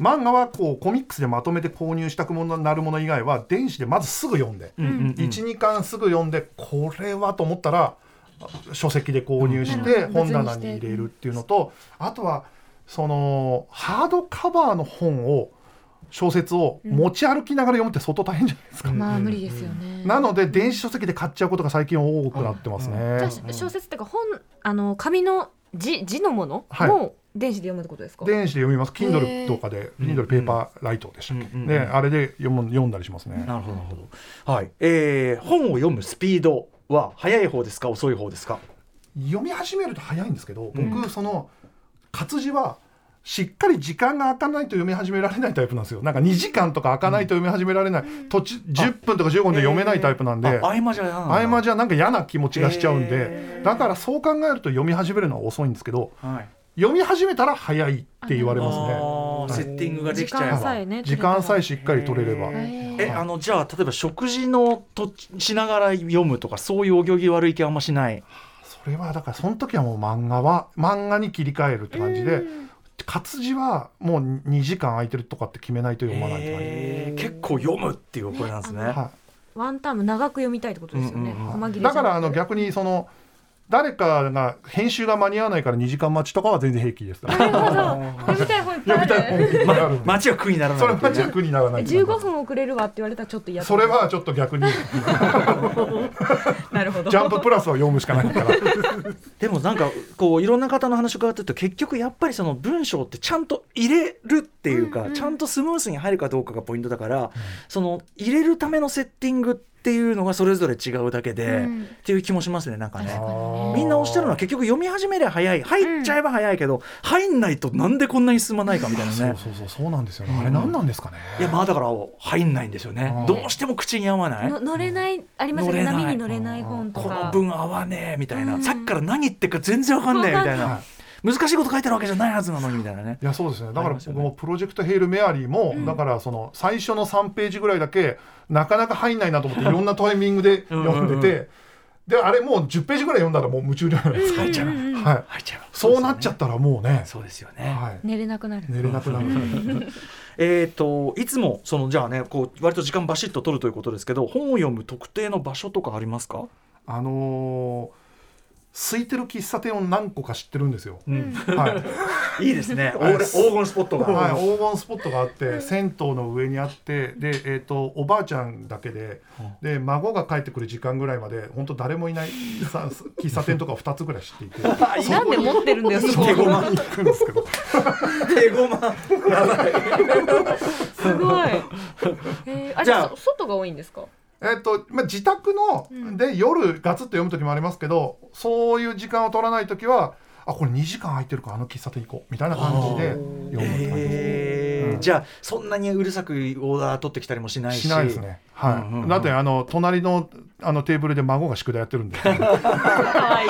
漫画はこうコミックスでまとめて購入したくものなるもの以外は電子でまずすぐ読んで、うんうんうん12巻すぐ読んでこれはと思ったら書籍で購入してうん本棚に入れるっていうのと、あとはそのハードカバーの本を小説を持ち歩きながら読むって相当大変じゃないですか、うんまあ無理ですよね。なので電子書籍で買っちゃうことが最近多くなってますね、じゃあ小説っていうか本あの紙の字字のものはいも電子で読むってことですか。電子で読みますへ Kindle ーとかでうん Kindle ペーパーライトでしたっけ、うんうんねあれで読む読んだりしますね、なるほどなるほど。はい。えー、本を読むスピードは早い方ですか遅い方ですか。読み始めると早いんですけど僕、うその活字はしっかり時間が開かないと読み始められないタイプなんですよなんか2時間とか開かないと読み始められない、途中10分とか15分で読めないタイプなんで、あ合間じゃ嫌なんだ合間じゃなんか嫌な気持ちがしちゃうんへでだからそう考えると読み始めるのは遅いんですけどはい。読み始めたら早いって言わあれますーね。セッティングができちゃえ時間さばえ。ね時間さえしっかり取れれへばえーーえあのじゃあ例えば食事のとしながら読むとかそういうお行儀悪い気はあんましない。それはだからその時はもう漫画は漫画に切り替えるって感じで活字はもう2時間空いてるとかって決めないと読まないって感じえー結構読むっていうこれなんですね。はワンターンも長く読みたいってことですよね。うんうんうん細切い、れじゃなくてだからあの逆にその誰かが編集が間に合わないから2時間待ちとかは全然平気ですなるほどあ読みたい本いっぱいあ読みる。たい本いっぱいあるんで街は苦にならないそれっていうはね逆にならないって感15じ分遅れるわって言われたらちょっと嫌それはちょっと [laughs] 逆にジなるほどャンププラスは読むしかないからでもなんかこういろんな方の話を伺ってると結局やっぱりその文章ってちゃんと入れるっていうか、うんうんちゃんとスムースに入るかどうかがポイントだから、その入れるためのセッティングっていうのがそれぞれ違うだけで、うんっていう気もしますねなんかね。 [laughs] みみんなおっしゃるのは結局読み始めりゃ早い入っちゃえば早いけど、入んないとなんでこんなに進まないかみたいなね。そうそうそうそうなんですよねあれ何なんですかねいやまあだから入んないんですよねあーどうしても口に合わないの乗れないありますよね乗れない波に乗れない本とこのか文合わねえみたいな、うんさっきから何言ってるか全然わかんねえみたいな、はい難しいこと書いてるわけじゃないはずなのにみたいなねいやそうですねだあかりらます僕よねもプロジェクト「ヘイル・メアリーも」だからその最初の3ページぐらいだけなかなか入んないなと思っ [laughs] ていろんなタイミングで読んでてうんであれもう10ページぐらい読んだらもう夢中になるんですよ、入っちゃう、 [laughs] はい、入っちゃうそうなっちゃったらもうねそうですよねはい、寝れなくなる。寝れなくなるえー、といつもそのじゃあねこう割と時間バシッと取るということですけど本を読む特定の場所とかありますか、あのー空いてる喫茶店を何個か知ってるんですよ、うん、はいいいです [laughs] ねはい黄金スポットはい、黄金スポットがあって銭湯の上にあってで、えー、とおばあちゃんだけでで孫が帰ってくる時間ぐらいまで本当誰もいないさ喫茶店とか2つぐらい知っていて [laughs] そなんこでに持ってるんだよそそここに行くんですけど手ごますごい [laughs] えーあじじゃあゃあ外が多いんですかえっと、まあ、自宅ので夜ガツッと読む時もありますけどそういう時間を取らない時はあこれ2時間空いてるからあの喫茶店行こうみたいな感じで読むって感じです。えーうんじゃあそんなにうるさくオーダー取ってきたりもしないししないですね。はい。うんうんうんだってあの隣のあのテーブルで孫が宿題やってる [laughs] んで、可愛い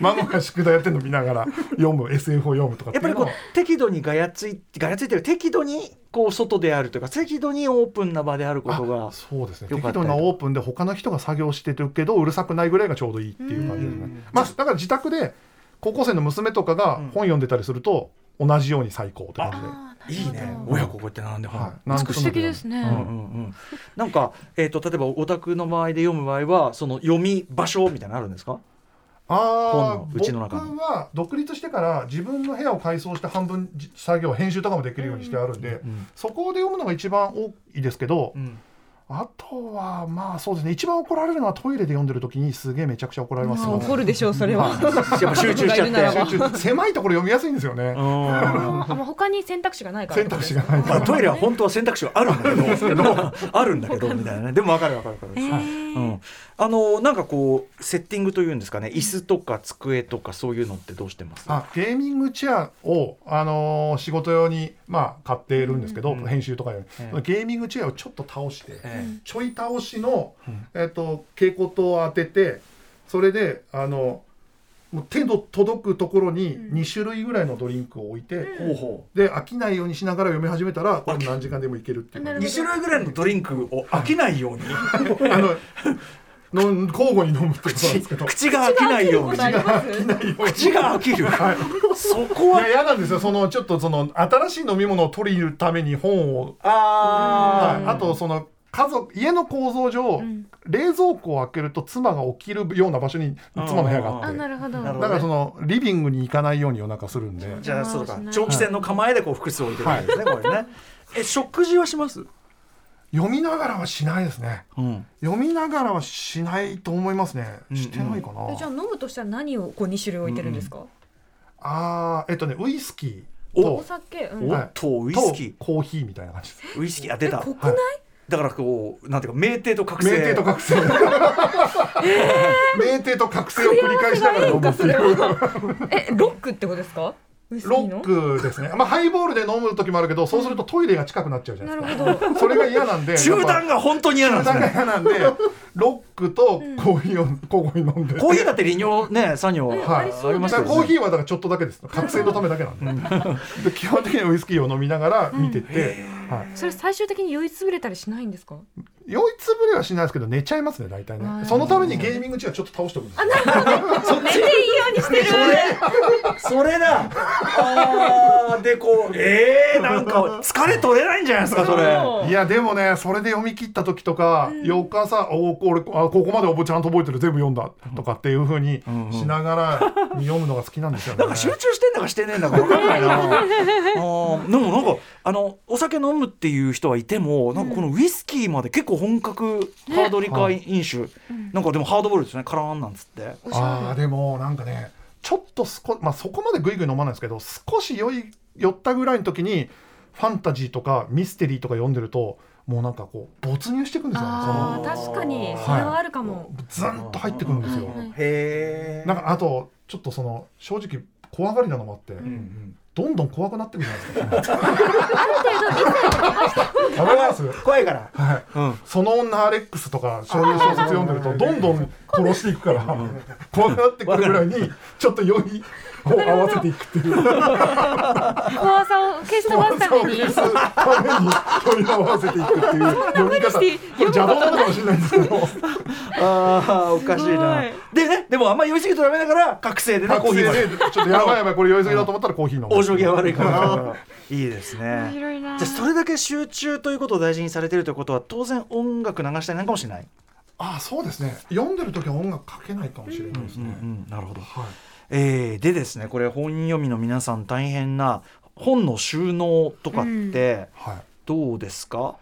孫が宿題やってるの見ながら読む SF を読むとかってやっぱいりうこのうは適度にガヤついガヤついてる適度にこう外であるというか適度にオープンな場であることがあそうですねよかった適りと度なオープンで他の人が作業してるけどうるさくないぐらいがちょうどいいっていう感じですうねん。まあだから自宅で高校生の娘とかがうん本読んでたりすると同じように最高って感じで。いいねほど親子こうやって並んで、ははいなんと美なくし素敵ですね。うんうんうん、なんか、えー、と例えばお宅の場合で読む場合はその読み場所みたいなのあるんですかああ本のう僕ちの中には独立してから自分の部屋を改装して半分じ作業編集とかもできるようにしてあるんで、うんそこで読むのが一番多いですけど、うんあとはまあそうですね一番怒られるのはトイレで読んでる時にすげえめちゃくちゃ怒られますね怒るでしょうそれはやっぱ集中しちゃ [laughs] って家族がいるならば集中狭いところ読みやすいんですよ [laughs] ね、あもう他に選択肢がないから選択肢がな [laughs] いまあ、トイレは本当は選択肢はあるんだけど [laughs] あるんだけどみたいなねでも分かる分かる分かる、うん、あのなんかこうセッティングというんですかね椅子とか机とかそういうのってどうしてますあゲーミングチェアを、あのー仕事用に、まあ、買っているんですけど、うん編集とかより、ええゲーミングチェアをちょっと倒して、ええちょい倒しの、えっと蛍光灯を当ててそれであのもう手の届くところに2種類ぐらいのドリンクを置いて、ほうほで飽きないようにしながら読み始めたらこれ何時間でもいけるっていうう2種類ぐらいのドリンクを飽きないようにあのの交互に飲むってことなんですけど。口が飽きない [laughs] ようにあります口が飽きるそこいはや嫌なんですよそのちょっとその新しい飲み物を取り入るために本をあはいあとその家族家の構造上、冷蔵庫を開けると妻が起きるような場所に妻の部屋がああってなるほどなるほどだからそのリビングに行かないように夜中するんでじゃあそうかしない長期戦の構えでこう複数置いてるわけですね、これねえ食事はします、読みながらはしないですねうん、読みながらはしないと思いますねしてないかな、えじゃあ飲むとしたら何をこう二種類置いてるんですか、あーえっとねウイスキーおと酒、うんおっとウイとスキコーヒーみたいな感じですーウイスキーあ出た濃くない、だからこうなんていうか酩酊と覚醒酩酊と覚醒酩酊と覚醒を繰り返しながら飲むっていうえロックってことですかウイスキローのックですねまあハイボールで飲む時もあるけどそうするとトイレが近くなっちゃうじゃなないるですかほどそれが嫌なんで中やっ断が本当に嫌なぱんです中ね断が嫌なんで [laughs] ロックとコーヒーを交互に飲んでコーヒーだって利尿ね作業はあいりまだすかけらコど、ーね、ヒーはだからちょっとだけです覚醒のためだけなんでで基本的にはウイスキーを飲みながら見てて、はい、それ最終的に酔いつぶれたりしないんですか酔いつぶれはしないですけど寝ちゃいますね大体ねそのためにゲーミングチェアちょっと倒しておくんですよ寝ていいようにしてるそれそれだあーでこうえー、なんか疲れ取れないんじゃないですかそれそういやでもねそれで読み切った時とか、翌朝おお俺あここまでおぼちゃんと覚えてる全部読んだとかっていうふうにし [laughs] ながら読むのが好きなんですよね。なんか集中してんだかしてねえんだか分かんないなあーでもなんかあのお酒飲むっていう人はいてもなんかこのウイスキーまで結構本格ハードリカ飲酒、なんかでもハードボールですねカラーンなんつってああでもなんかねちょっと少、まあ、そこまでぐいぐい飲まないですけど少し酔い酔ったぐらいの時にファンタジーとかミステリーとか読んでるともうなんかこう没入してくるんですよねそあのー確かにそれはあるかも、ずんと入ってくるんですよ。へえなんかあとちょっとその正直怖がりなのもあって、どんどん怖くなってくるじゃない [laughs] ですか。ある程度理解ます。怖いから、はい。うん、その女アレックスとかそういう小説読んでるとどんどん殺していくから怖くなってくるぐらいにちょっと酔いを合わせていくっていう怖さを消し飛ばすためにそうそうために酔い合わせていくっていう読み方これ邪道なのかもしれない [laughs] んですけどあ [laughs] あおかしいなすでねでもあんま酔いすぎとダメだから覚醒でねコーヒーまで学生でちょっとやばいやばいこれ酔いすぎだと思ったらコーヒー飲む往生際悪いからいいですね白いなじゃあそれだけ集中ということを大事にされてるということは当然音楽流したりなんかもしないああそうですね読んでる時は音楽かけないかもしれないですうんうねん、なるほど、はいえーでですねこれ本読みの皆さん大変な本の収納とかってはどうですか、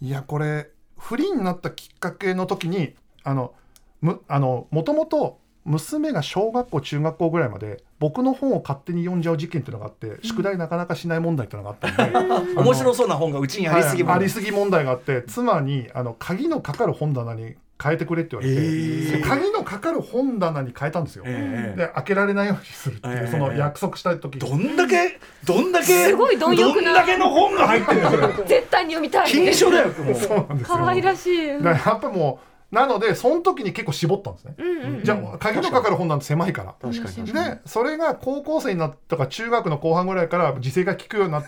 いいやこれフリーになったきっかけの時にあのむあのもともと娘が小学校中学校ぐらいまで僕の本を勝手に読んじゃう事件っていうのがあって宿題なかなかしない問題っていうのが [laughs] あったんで、あの面白そうな本がうちにありすぎもはいありすぎ問題があって妻にあの鍵のかかる本棚に変えてくれって言われて、えーで鍵のかかる本棚に変えたんですよ、ええで開けられないようにするっていう、ええその約束した時どんだけどんだけすごい貪欲どなんだけの本が入ってるんですよ絶対に読みたい禁書だよ [laughs] もうそうなんですよ可愛らしい、うんだからやっぱもうなのでその時に結構絞ったんですね、うんうん、じゃあ鍵のかかる本なんて狭いから。確かに確かにでそれが高校生になったか中学の後半ぐらいから自制が効くようになっ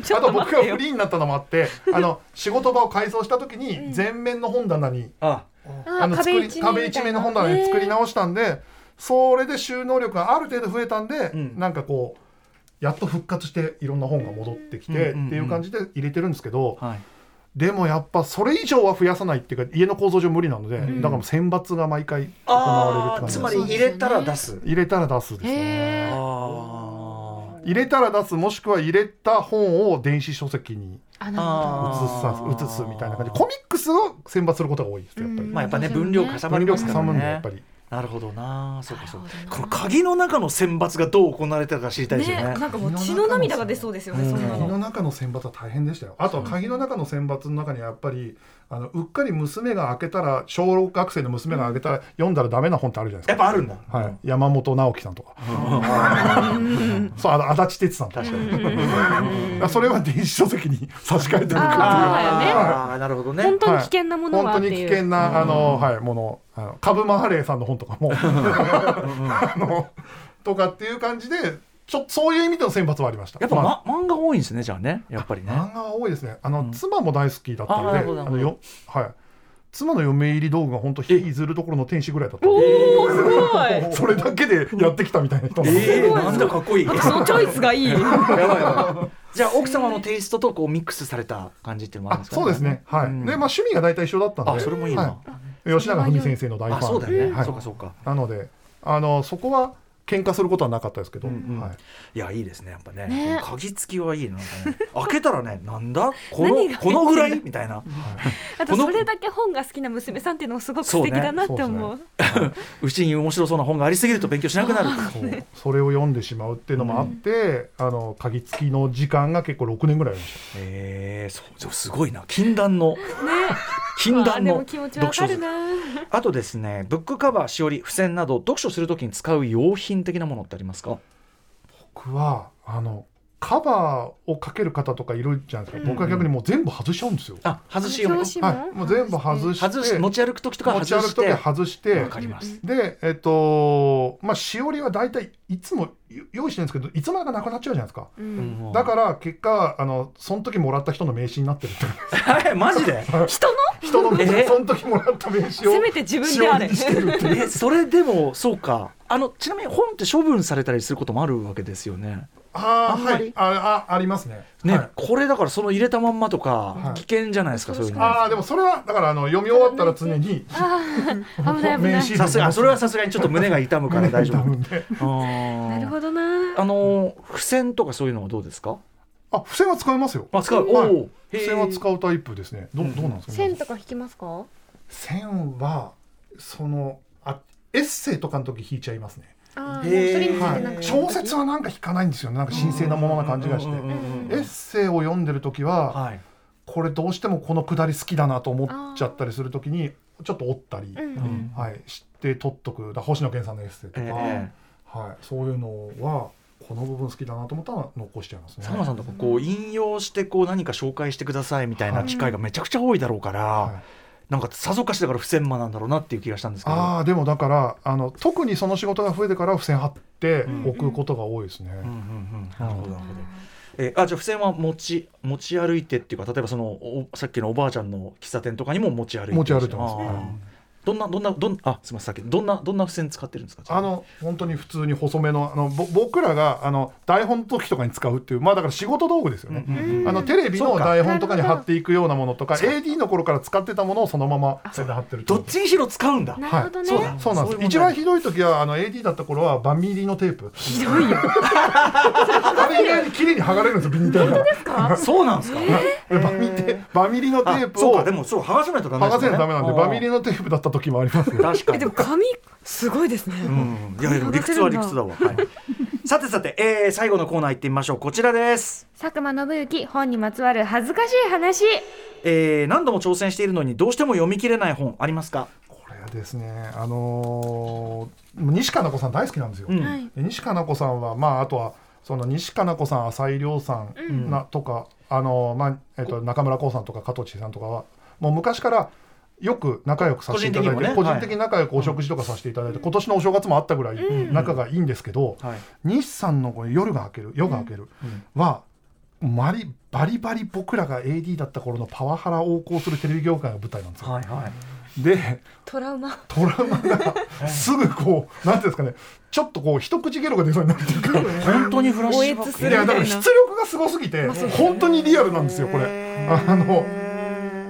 [laughs] ちょあっとと待っ僕てよがフリーになったのもあってあの仕事場を改装した時に全面の本棚にああの作壁り一面みたいな壁一面の本棚に作り直したんでそれで収納力がある程度増えたんでうんなんかこうやっと復活していろんな本が戻ってきてっうてんうんうんいう感じで入れてるんですけどはいでもやっぱそれ以上は増やさないっていうか家の構造上無理なのでんだから選抜が毎回行わあれーるってつ感まじりです入れたら出す入れたら出すですね。へーあー入れたら出すもしくは入れた本を電子書籍にあなるほど移あーさ移すみたいな感じコミックスを選抜することが多いですねやっぱり、まあやっぱね分量かさばり分ま量すかかさらむんでやねっぱりなるほどなそうかそうかなるほどこなの鍵の中の選抜がどう行われたか知りたいですよねねなんかもう血の涙が出そうですよね、うんそんな鍵の。の中の選抜は大変でしたよあとは鍵の中の選抜の中にはやっぱりあのうっかり娘が開けたら小学生の娘が開けたら読んだらダメな本ってあるじゃないでやっすかぱあるんだはい、山本直樹さんとか、そうあの足立哲さんとか確かにそれは電子書籍に [laughs] 差し替えてるっていうあーそうだよねあーなるほどね本当に危険なもの本は当ってにい危う。険なあの、はい、ものあの株マハレーさんの本とかもあのとかっていう感じでちょっとそういう意味での選抜はありましたやっぱ、まあま、漫画多いんですねじゃあねやっぱりね漫画は多いですねあの、妻も大好きだったあのなでるほどあのよ、はい、妻の嫁入り道具が本当引きずるところの天使ぐらいだったおおすごい。それだけでやってきたみたいな人なんですえー、なんだかっ [laughs] こいい。なんかそのチョイスがいい。 [laughs] やばいやばい。じゃあ奥様のテイストとこうミックスされた感じっていうのもあるんであすか、そうですね、はいうんでまあ、趣味が大体一緒だったんであそれもいいなは吉永文先生の大ファンあ、そうだよね。はいそうかそうか。なのであのそこは喧嘩することはなかったですけど、うんうんはい、いやいいですね。やっぱね。ね鍵付きはいいななんかね。開けたらね、なんだこ何のがこのぐらいみたいな。あとそれだけ本が好きな娘さんっていうのもすごく素敵だなってそうね思う。うちに面白そうな本がありすぎると勉強しなくなる。そうそれを読んでしまうっていうのもあって、あの鍵付きの時間が結構6年ぐらいありましええそうそうすごいな。禁断のね。禁あ断でのも気持ちわ読か書る術。な。あとですね、ブックカバー、しおり、付箋など読書するときに使う用品的なものってありますか？た僕はあのカバーをかける方とかいるじゃないですか、僕は逆にもう全部外しちゃうんですよ、あ、外し読み。表紙はい、ももう全部外して外し持ち歩くときとか持外ち歩しく時て。は外してわかります。でえっとまあしおりは大体いつも用意してるんですけどいつまでかなくなっちゃうじゃないですかうんうんだから結果あのその時もらった人の名刺になってるっていう [laughs] えマジで？人の人の名え刺その時もらった名刺をせめて自分しでおありれに。してるっていうえそれでもそうかあのちなみに本って処分されたりすることもあるわけですよね。ああんーまはりいああありますねね、はいこれだからその入れたまんまとかはい危険じゃないですか、そういうの。ああでもそれはだからあの読み終わったら常に危ない危 [laughs] 名ない。刺さすがあそれはさすがにちょっと胸が痛むから大丈 [laughs] 夫。でななるほどな。あの付箋とかそういうのはどうですか？あ付箋は使いますよあ使う。はいおお。へー付箋は使うタイプですねどうどうなんですか線とか引きますか？線はそのあエッセイとかの時引いちゃいますね、あへーーもうそれについはてなんかい、小説はなんか引かないんですよねなんか神聖なものな感じがして、うんうんうんうんエッセイを読んでる時は、はい。これどうしてもこのくだり好きだなと思っちゃったりする時にちょっと折ったり、うんうんはい、して取っとくだ星野源さんのエッセイとえか、えはい、そういうのはこの部分好きだなと思ったら残しちゃいますね。佐久間さんとかこう引用してこう何か紹介してくださいみたいな機会がめちゃくちゃ多いだろうから、はいなんかさぞかしだから付箋魔なんだろうなっていう気がしたんですけど。ああでもだからあの特にその仕事が増えてから付箋貼ってん置くことが多いですね。うんうんうん、なるほどなるほど。えーあじゃあ付箋は持ち持ち歩いてっていうか例えばそのおさっきのおばあちゃんの喫茶店とかにも持ち歩いてる持ち歩いてますあねーどんなどんなどんあすみませんさっきどんなどんな付箋使ってるんですか。あの本当に普通に細めのあのぼ僕らがあの台本の時とかに使うっていうまあだから仕事道具ですようんね。うんうんあのテレビの台本とかにそうか貼っていくようなものとか AD の頃から使ってたものをそのままそれで貼ってるってこどとっちにしろ使うんだ。なるはほどい、ね。そうなんそうなんそういう問です題一番ひどい時はあの AD だった頃はバミリのテープひどいよあれ以外に綺麗に剥がれるんですよビニールテープ [laughs] がそうなんですか。 [laughs] バミテバミリのテあープそうをかで剥もそう剥がさないとダメがせないとダメなんでバミリののテープだった時もありますね確かに。えでも紙すごいですね。うん、いやいやでも理屈は理屈だわ。 [laughs] はい、さてさて、えー、最後のコーナー行ってみましょう。こちらです。佐久間信之本にまつわる恥ずかしい話えー、何度も挑戦しているのにどうしても読み切れない本ありますか。これはですねあのー西加奈子さん大好きなんですよ、うんはい。で西加奈子さんはまああとはその西加奈子さん浅井亮さんな、とかあのまあ、えっと中村浩さんとか加藤千恵さんとかはもう昔からよく仲良くさせていただいて個人的個にも人,、ね的に仲良くお食事とかさせていただいて、今年のお正月もあったぐらい仲がいいんですけど、はい。西さんのこの夜が明ける夜が明けるは、マリバリバリ僕らが AD だった頃のパワハラ横行するテレビ業界の舞台なんですよ。はいはい。でトラウマ。トラウマがすぐこう何ていうんですかねちょっとこう一口ゲロが出そうになるっていうか本当にフラッシュバックすいるやみだたかいらな出力がすごすぎて、本当にリアルなんですよこれ。あの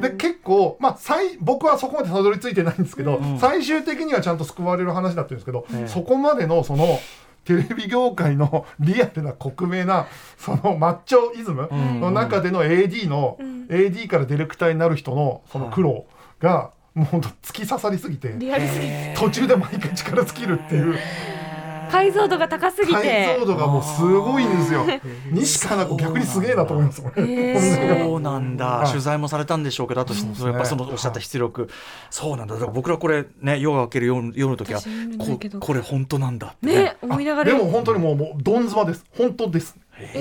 で結構、まあ、最僕はそこまでたどり着いてないんですけど、ん最終的にはちゃんと救われる話だったんですけど、ええそこまでのそのテレビ業界のリアルな克明なそのマッチョイズムんの中での AD の、AD からディレクターになる人のその苦労が、もうほんと突き刺さりすぎてリアルすぎて。途中で毎回力尽きるっていう。解像度が高すぎて。解像度がもうすごいんですよ。西川奈子逆にすげえなと思います。これそうなんだ、はい取材もされたんでしょうけど、あと、そうですねやっぱそのおっしゃった出力、そうなんだ、だから僕らこれ、ね、夜が明ける夜夜の時は私読んでなこいけ、どこれ、本当なんだってね、ね思いながら。でも本当にもうもうどんずばです。本当です。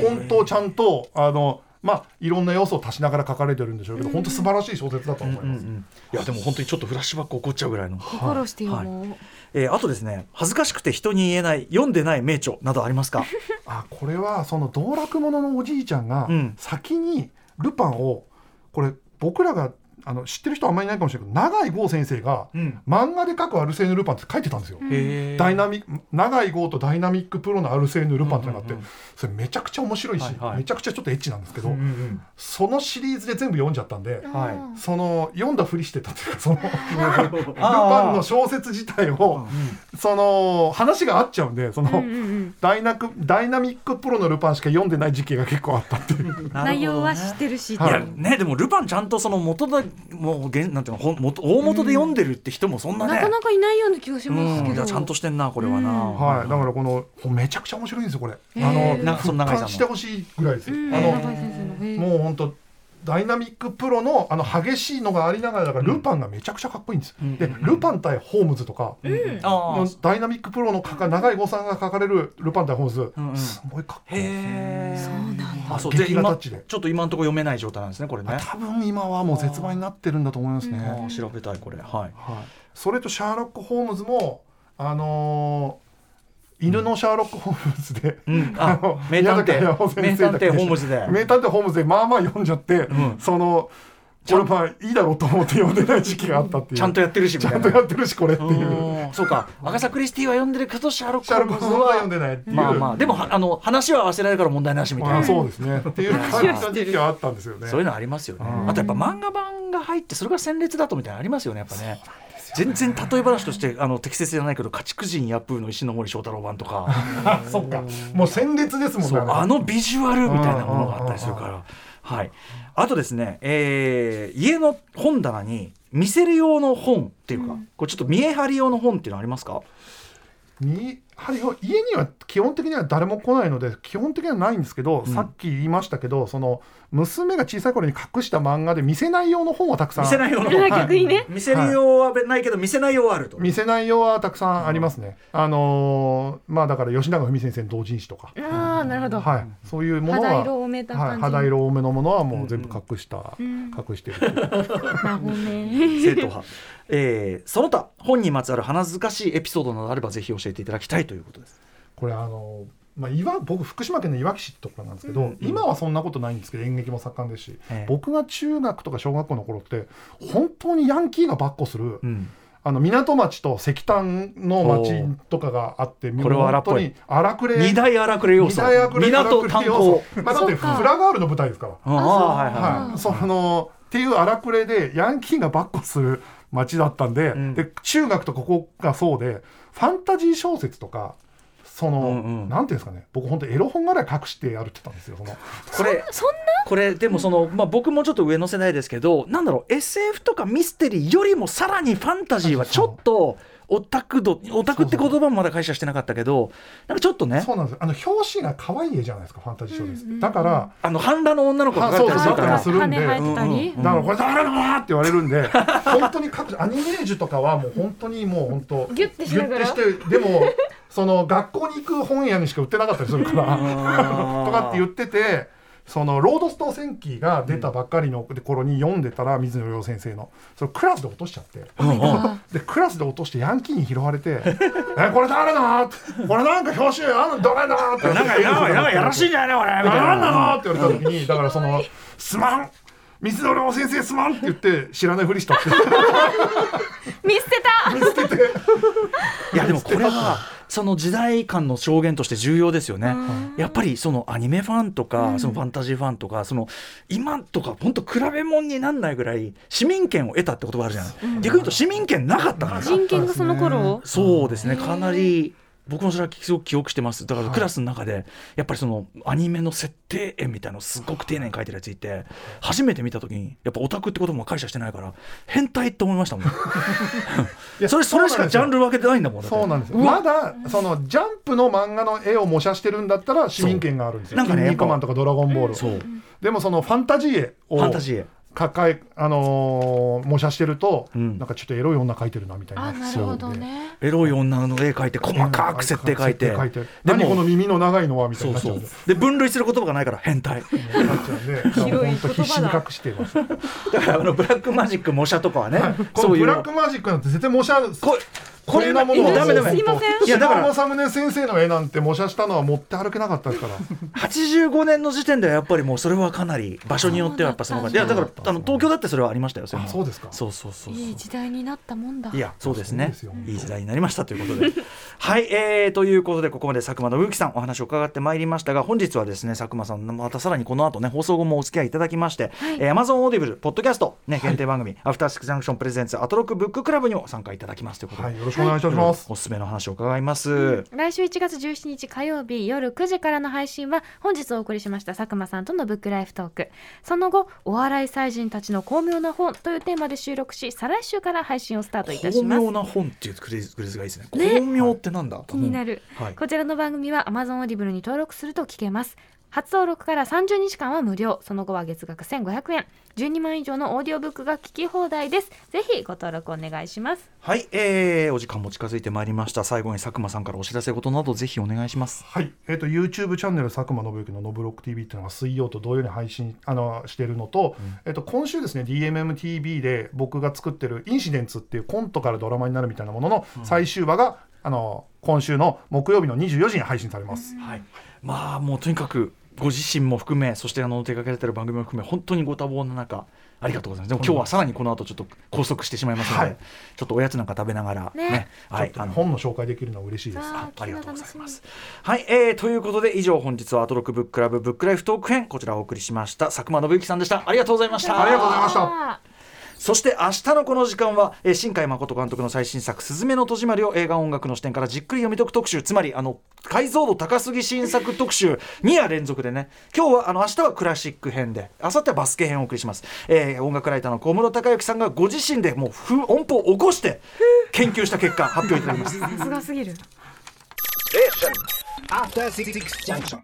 本当ちゃんとあのまあいろんな要素を足しながら書かれてるんでしょうけど、本当素晴らしい小説だと思いうんうます。ん、いや、でも本当にちょっとフラッシュバック起こっちゃうぐらいの、心してよはいもう。えーあとですね、恥ずかしくて人に言えない、読んでない名著などありますか、あこれはその道楽者のおじいちゃんがうん先にルパンをこれ僕らがあの知ってる人あんまりいないかもしれないけど永井豪先生がうん漫画で描くアルセーヌ・ルパンって書いてたんですよ。へーダイナミック永井豪とダイナミックプロのアルセーヌ・ルパンってのがあって、うんうんうんそれめちゃくちゃ面白いし、はいはいめちゃくちゃちょっとエッチなんですけど、うんうんそのシリーズで全部読んじゃったんで、うんはいその読んだふりしてたっていうか [laughs] そのルなるほどパンのあ小説自体ーをうんその話が合っちゃうんでその、うんうんうんダイナクダイナミックプロのルパンしか読んでない時期が結構あったっていう。内容は知なるほどねってるし、はいいやねでもルパンちゃんとその元だもう現なんていうのほん元大元で読んでるって人もそんなねなかなかいないような気がしまうすんけいど、やちゃんとしてんなこれはな、うんはい、だからこのほめちゃくちゃ面白いんですよこれ、へーあのなその永井俯さんの瞰してほしいぐらいですよ、うんあの永井先生のへーもう本当ダイナミックプロのあの激しいのがありながらだからうんルパンがめちゃくちゃかっこいいんです、うんでルパン対ホームズとか、うんああダイナミックプロの書か永井吾さんが書かれるルパン対ホームズ、うんうんすごいかっこいいへえそうなんだあそうで劇画タ今ッチちでょっと今のところ読めない状態なんですねこれね多分今はもう絶売になってるんだと思いますね、ああ調べたいこれはいはい、それとシャーロック・ホームズもあのー犬のシャーロック・ホームズで、うん [laughs] あの名探偵宮崎駿名先生探だ偵けでホームズ [laughs] で名探偵ホームズでまあまあ読んじゃって、んそのこれまあいいだろうと思って読んでない時期があったっていうちゃんとやってるしみちたゃいんなとやってるしこれっていううんそうかアガサ・クリスティは読んでるけどシャーロッシク・ホャーーロッムク・ズホームズはは読んでないっていうまあまあでもはあの話は忘れられるから問題なしみたいまな、あそうですねっていう感じの時期はあったんですよねそういうのありますよね、うんあとやっぱ漫画版が入ってそれが戦列だとみたいなのありますよねやっぱね全然例え話としてあの適切じゃないけど家畜人ヤプーの石ノ森章太郎版とかあ [laughs] そっかもう鮮烈ですもんそねうあのビジュアルみたいなものがあったりするから、はい、あとですね、えー家の本棚に見せる用の本っていうか、これちょっと見え張り用の本っていうのありますかにはい家には基本的には誰も来ないので基本的にはないんですけど、うんさっき言いましたけどその娘が小さい頃に隠した漫画で見せない用の本はたくさん見せない用の本、はい逆にね、見せる用はないけど見せない用はあると。見せない用はたくさんありますね、あのーまあだから吉永文先生の同人誌とか、ああなるほど、はい、そういうものは肌色多めたはい、感じ、肌色多めのものはもう全部隠した、ん隠してるなごめ [laughs] 正統派、えーその他本にまつわる鼻ずかしいエピソードなどあればぜひ教えていただきたいということです。これあのまあ、いわ僕福島県のいわき市ってところなんですけど、うんうん今はそんなことないんですけど演劇も盛んですし、ええ僕が中学とか小学校の頃って本当にヤンキーがばっこする、うん、あの港町と石炭の町とかがあってこれは荒っぽい本当に荒くれ二大荒くれ要素二大荒くれ港炭鉱、まあ、だってそっフかラガールの舞台ですから。うんああはいはいはい、そのっていう荒くれでヤンキーがばっこする街だったんで,、うんで中学とここがそうでファンタジー小説とかその、うんうんなんていうんですかね僕本当エロ本ぐらい隠してやるってたんですよその [laughs] これそんこれでもその、まあ、僕もちょっと上の世代ですけどなんだろう SF とかミステリーよりもさらにファンタジーはちょっとオタク度オタクって言葉もまだ解釈してなかったけどなんかちょっとねそうなんですよあの表紙が可愛い絵じゃないですかファンタジー小説、だからあの半裸の女の子が描いてあるそうそうそうからするんで羽生えてたり、だからこれだらだらって言われるんで [laughs] 本当に各自アニメージュとかはもう本当にもう本当ギュッてしながらギュッてして [laughs] でもその学校に行く本屋にしか売ってなかったりするからうんとかって言っててその「ロードストー戦記」が出たばっかりの頃に読んでたら水野亮先生のそれクラスで落としちゃって。 [laughs] でクラスで落としてヤンキーに拾われて [laughs] 「えこれ誰だ?」って「これなんか表紙あのどれだ?」ってなんかなんかなんかやらしいんじゃないこれみたいなんななのって言われた時にだからその「すまん水野亮先生すまん!」って言って知らないふ [laughs] りしたって見捨てた見捨てていやでもこれはその時代感の証言として重要ですよね。やっぱりそのアニメファンとかそのファンタジーファンとかその今とか本当比べ物になんないぐらい市民権を得たって言葉あるじゃない。逆に言うと市民権なかったから。人権がその頃そうですねかなり僕もそれはすごく記憶してますだからクラスの中でやっぱりそのアニメの設定絵みたいなのすごく丁寧に描いてるやついて初めて見た時にやっぱオタクってことも解釈してないから変態って思いましたもんいやそれそれしかジャンル分けてないんだもんだってそうなんですよまだそのジャンプの漫画の絵を模写してるんだったら市民権があるんですよ「なんかねキン肉マン」とか「ドラゴンボール」そうでもそのファンタジー絵ファンタをジー抱え、あのー模写してると、うんなんかちょっとエロい女描いてるなみたいなあなるほどねエロい女の絵描いて細かく設定描いて設定でも何この耳の長いのはみたそういになっちゃそううんでで分類する言葉がないから変態なっちゃうんでだから [laughs] 広い本当必死に言葉だ隠してますだからあのブラックマジック模写とかはねこのそういブラッうクマジックなんて絶対模写ここれなものもうダメダメ本当すいませんいやだから島政宗先生の絵なんて模写したのは持って歩けなかったで [laughs] すから85年の時点ではやっぱりもうそれはかなり場所によってはやっぱそのいやだかそうだったらんだあの東京だってそれはありましたよれもあそうですかそうそうそうそういい時代になったもんだいやそうですそうねですよ本当いい時代になりましたということで [laughs] はい、えー、ということでここまで佐久間信之さんお話を伺ってまいりましたが本日はですね佐久間さんまたさらにこの後ね放送後もお付き合いいただきまして、えー Amazon オーディブルポッドキャスト、ね、限定番組、アフターシックスジャンクションプレゼンツアトロックブッククラブにも参加いただきますということで、はいよろしくお願いいたします、おすすめの話を伺います、来週1月17日火曜日夜9時からの配信は本日お送りしました佐久間さんとのブックライフトークその後お笑い才人たちの巧妙な本というテーマで収録し再来週から配信をスタートいたし巧ます妙な本っていうクレーズがいいですね巧妙ってなんだ、気になる、はいこちらの番組は Amazon オーディブルに登録すると聞けます初登録から30日間は無料その後は月額1500円12万以上のオーディオブックが聞き放題ですぜひご登録お願いしますはい、えーお時間も近づいてまいりました最後に佐久間さんからお知らせ事などぜひお願いしますはいえー、と YouTube チャンネル佐久間信之の「ノブロック TV」っていうのが水曜と同様に配信あのしてるのと,、えー、と今週ですね DMMTV で僕が作ってる「インシデンツ」っていうコントからドラマになるみたいなものの最終話が、あの今週の木曜日の24時に配信されます、はい、まあもうとにかくご自身も含めそしてあの手掛けられてる番組も含め本当にご多忙の中ありがとうございますでも今日はさらにこの後ちょっと拘束してしまいますので、はいちょっとおやつなんか食べながらねねはちょいっとあねの本の紹介できるのは嬉しいですあありがとうございみます。はい、えー、ということで以上本日はアトロックブッククラブブックライフトーク編こちらをお送りしました佐久間信之さんでしたありがとうございましたありがとうございましたそして明日のこの時間は、えー新海誠監督の最新作「すずめの戸締まり」を映画音楽の視点からじっくり読み解く特集つまりあの解像度高すぎ新作特集2夜連続でね今日はあの明日はクラシック編で明後日はバスケ編をお送りします、えー音楽ライターの小室孝之さんがご自身でもうふ音符を起こして研究した結果発表いただきますさすがすぎる After Six Junction.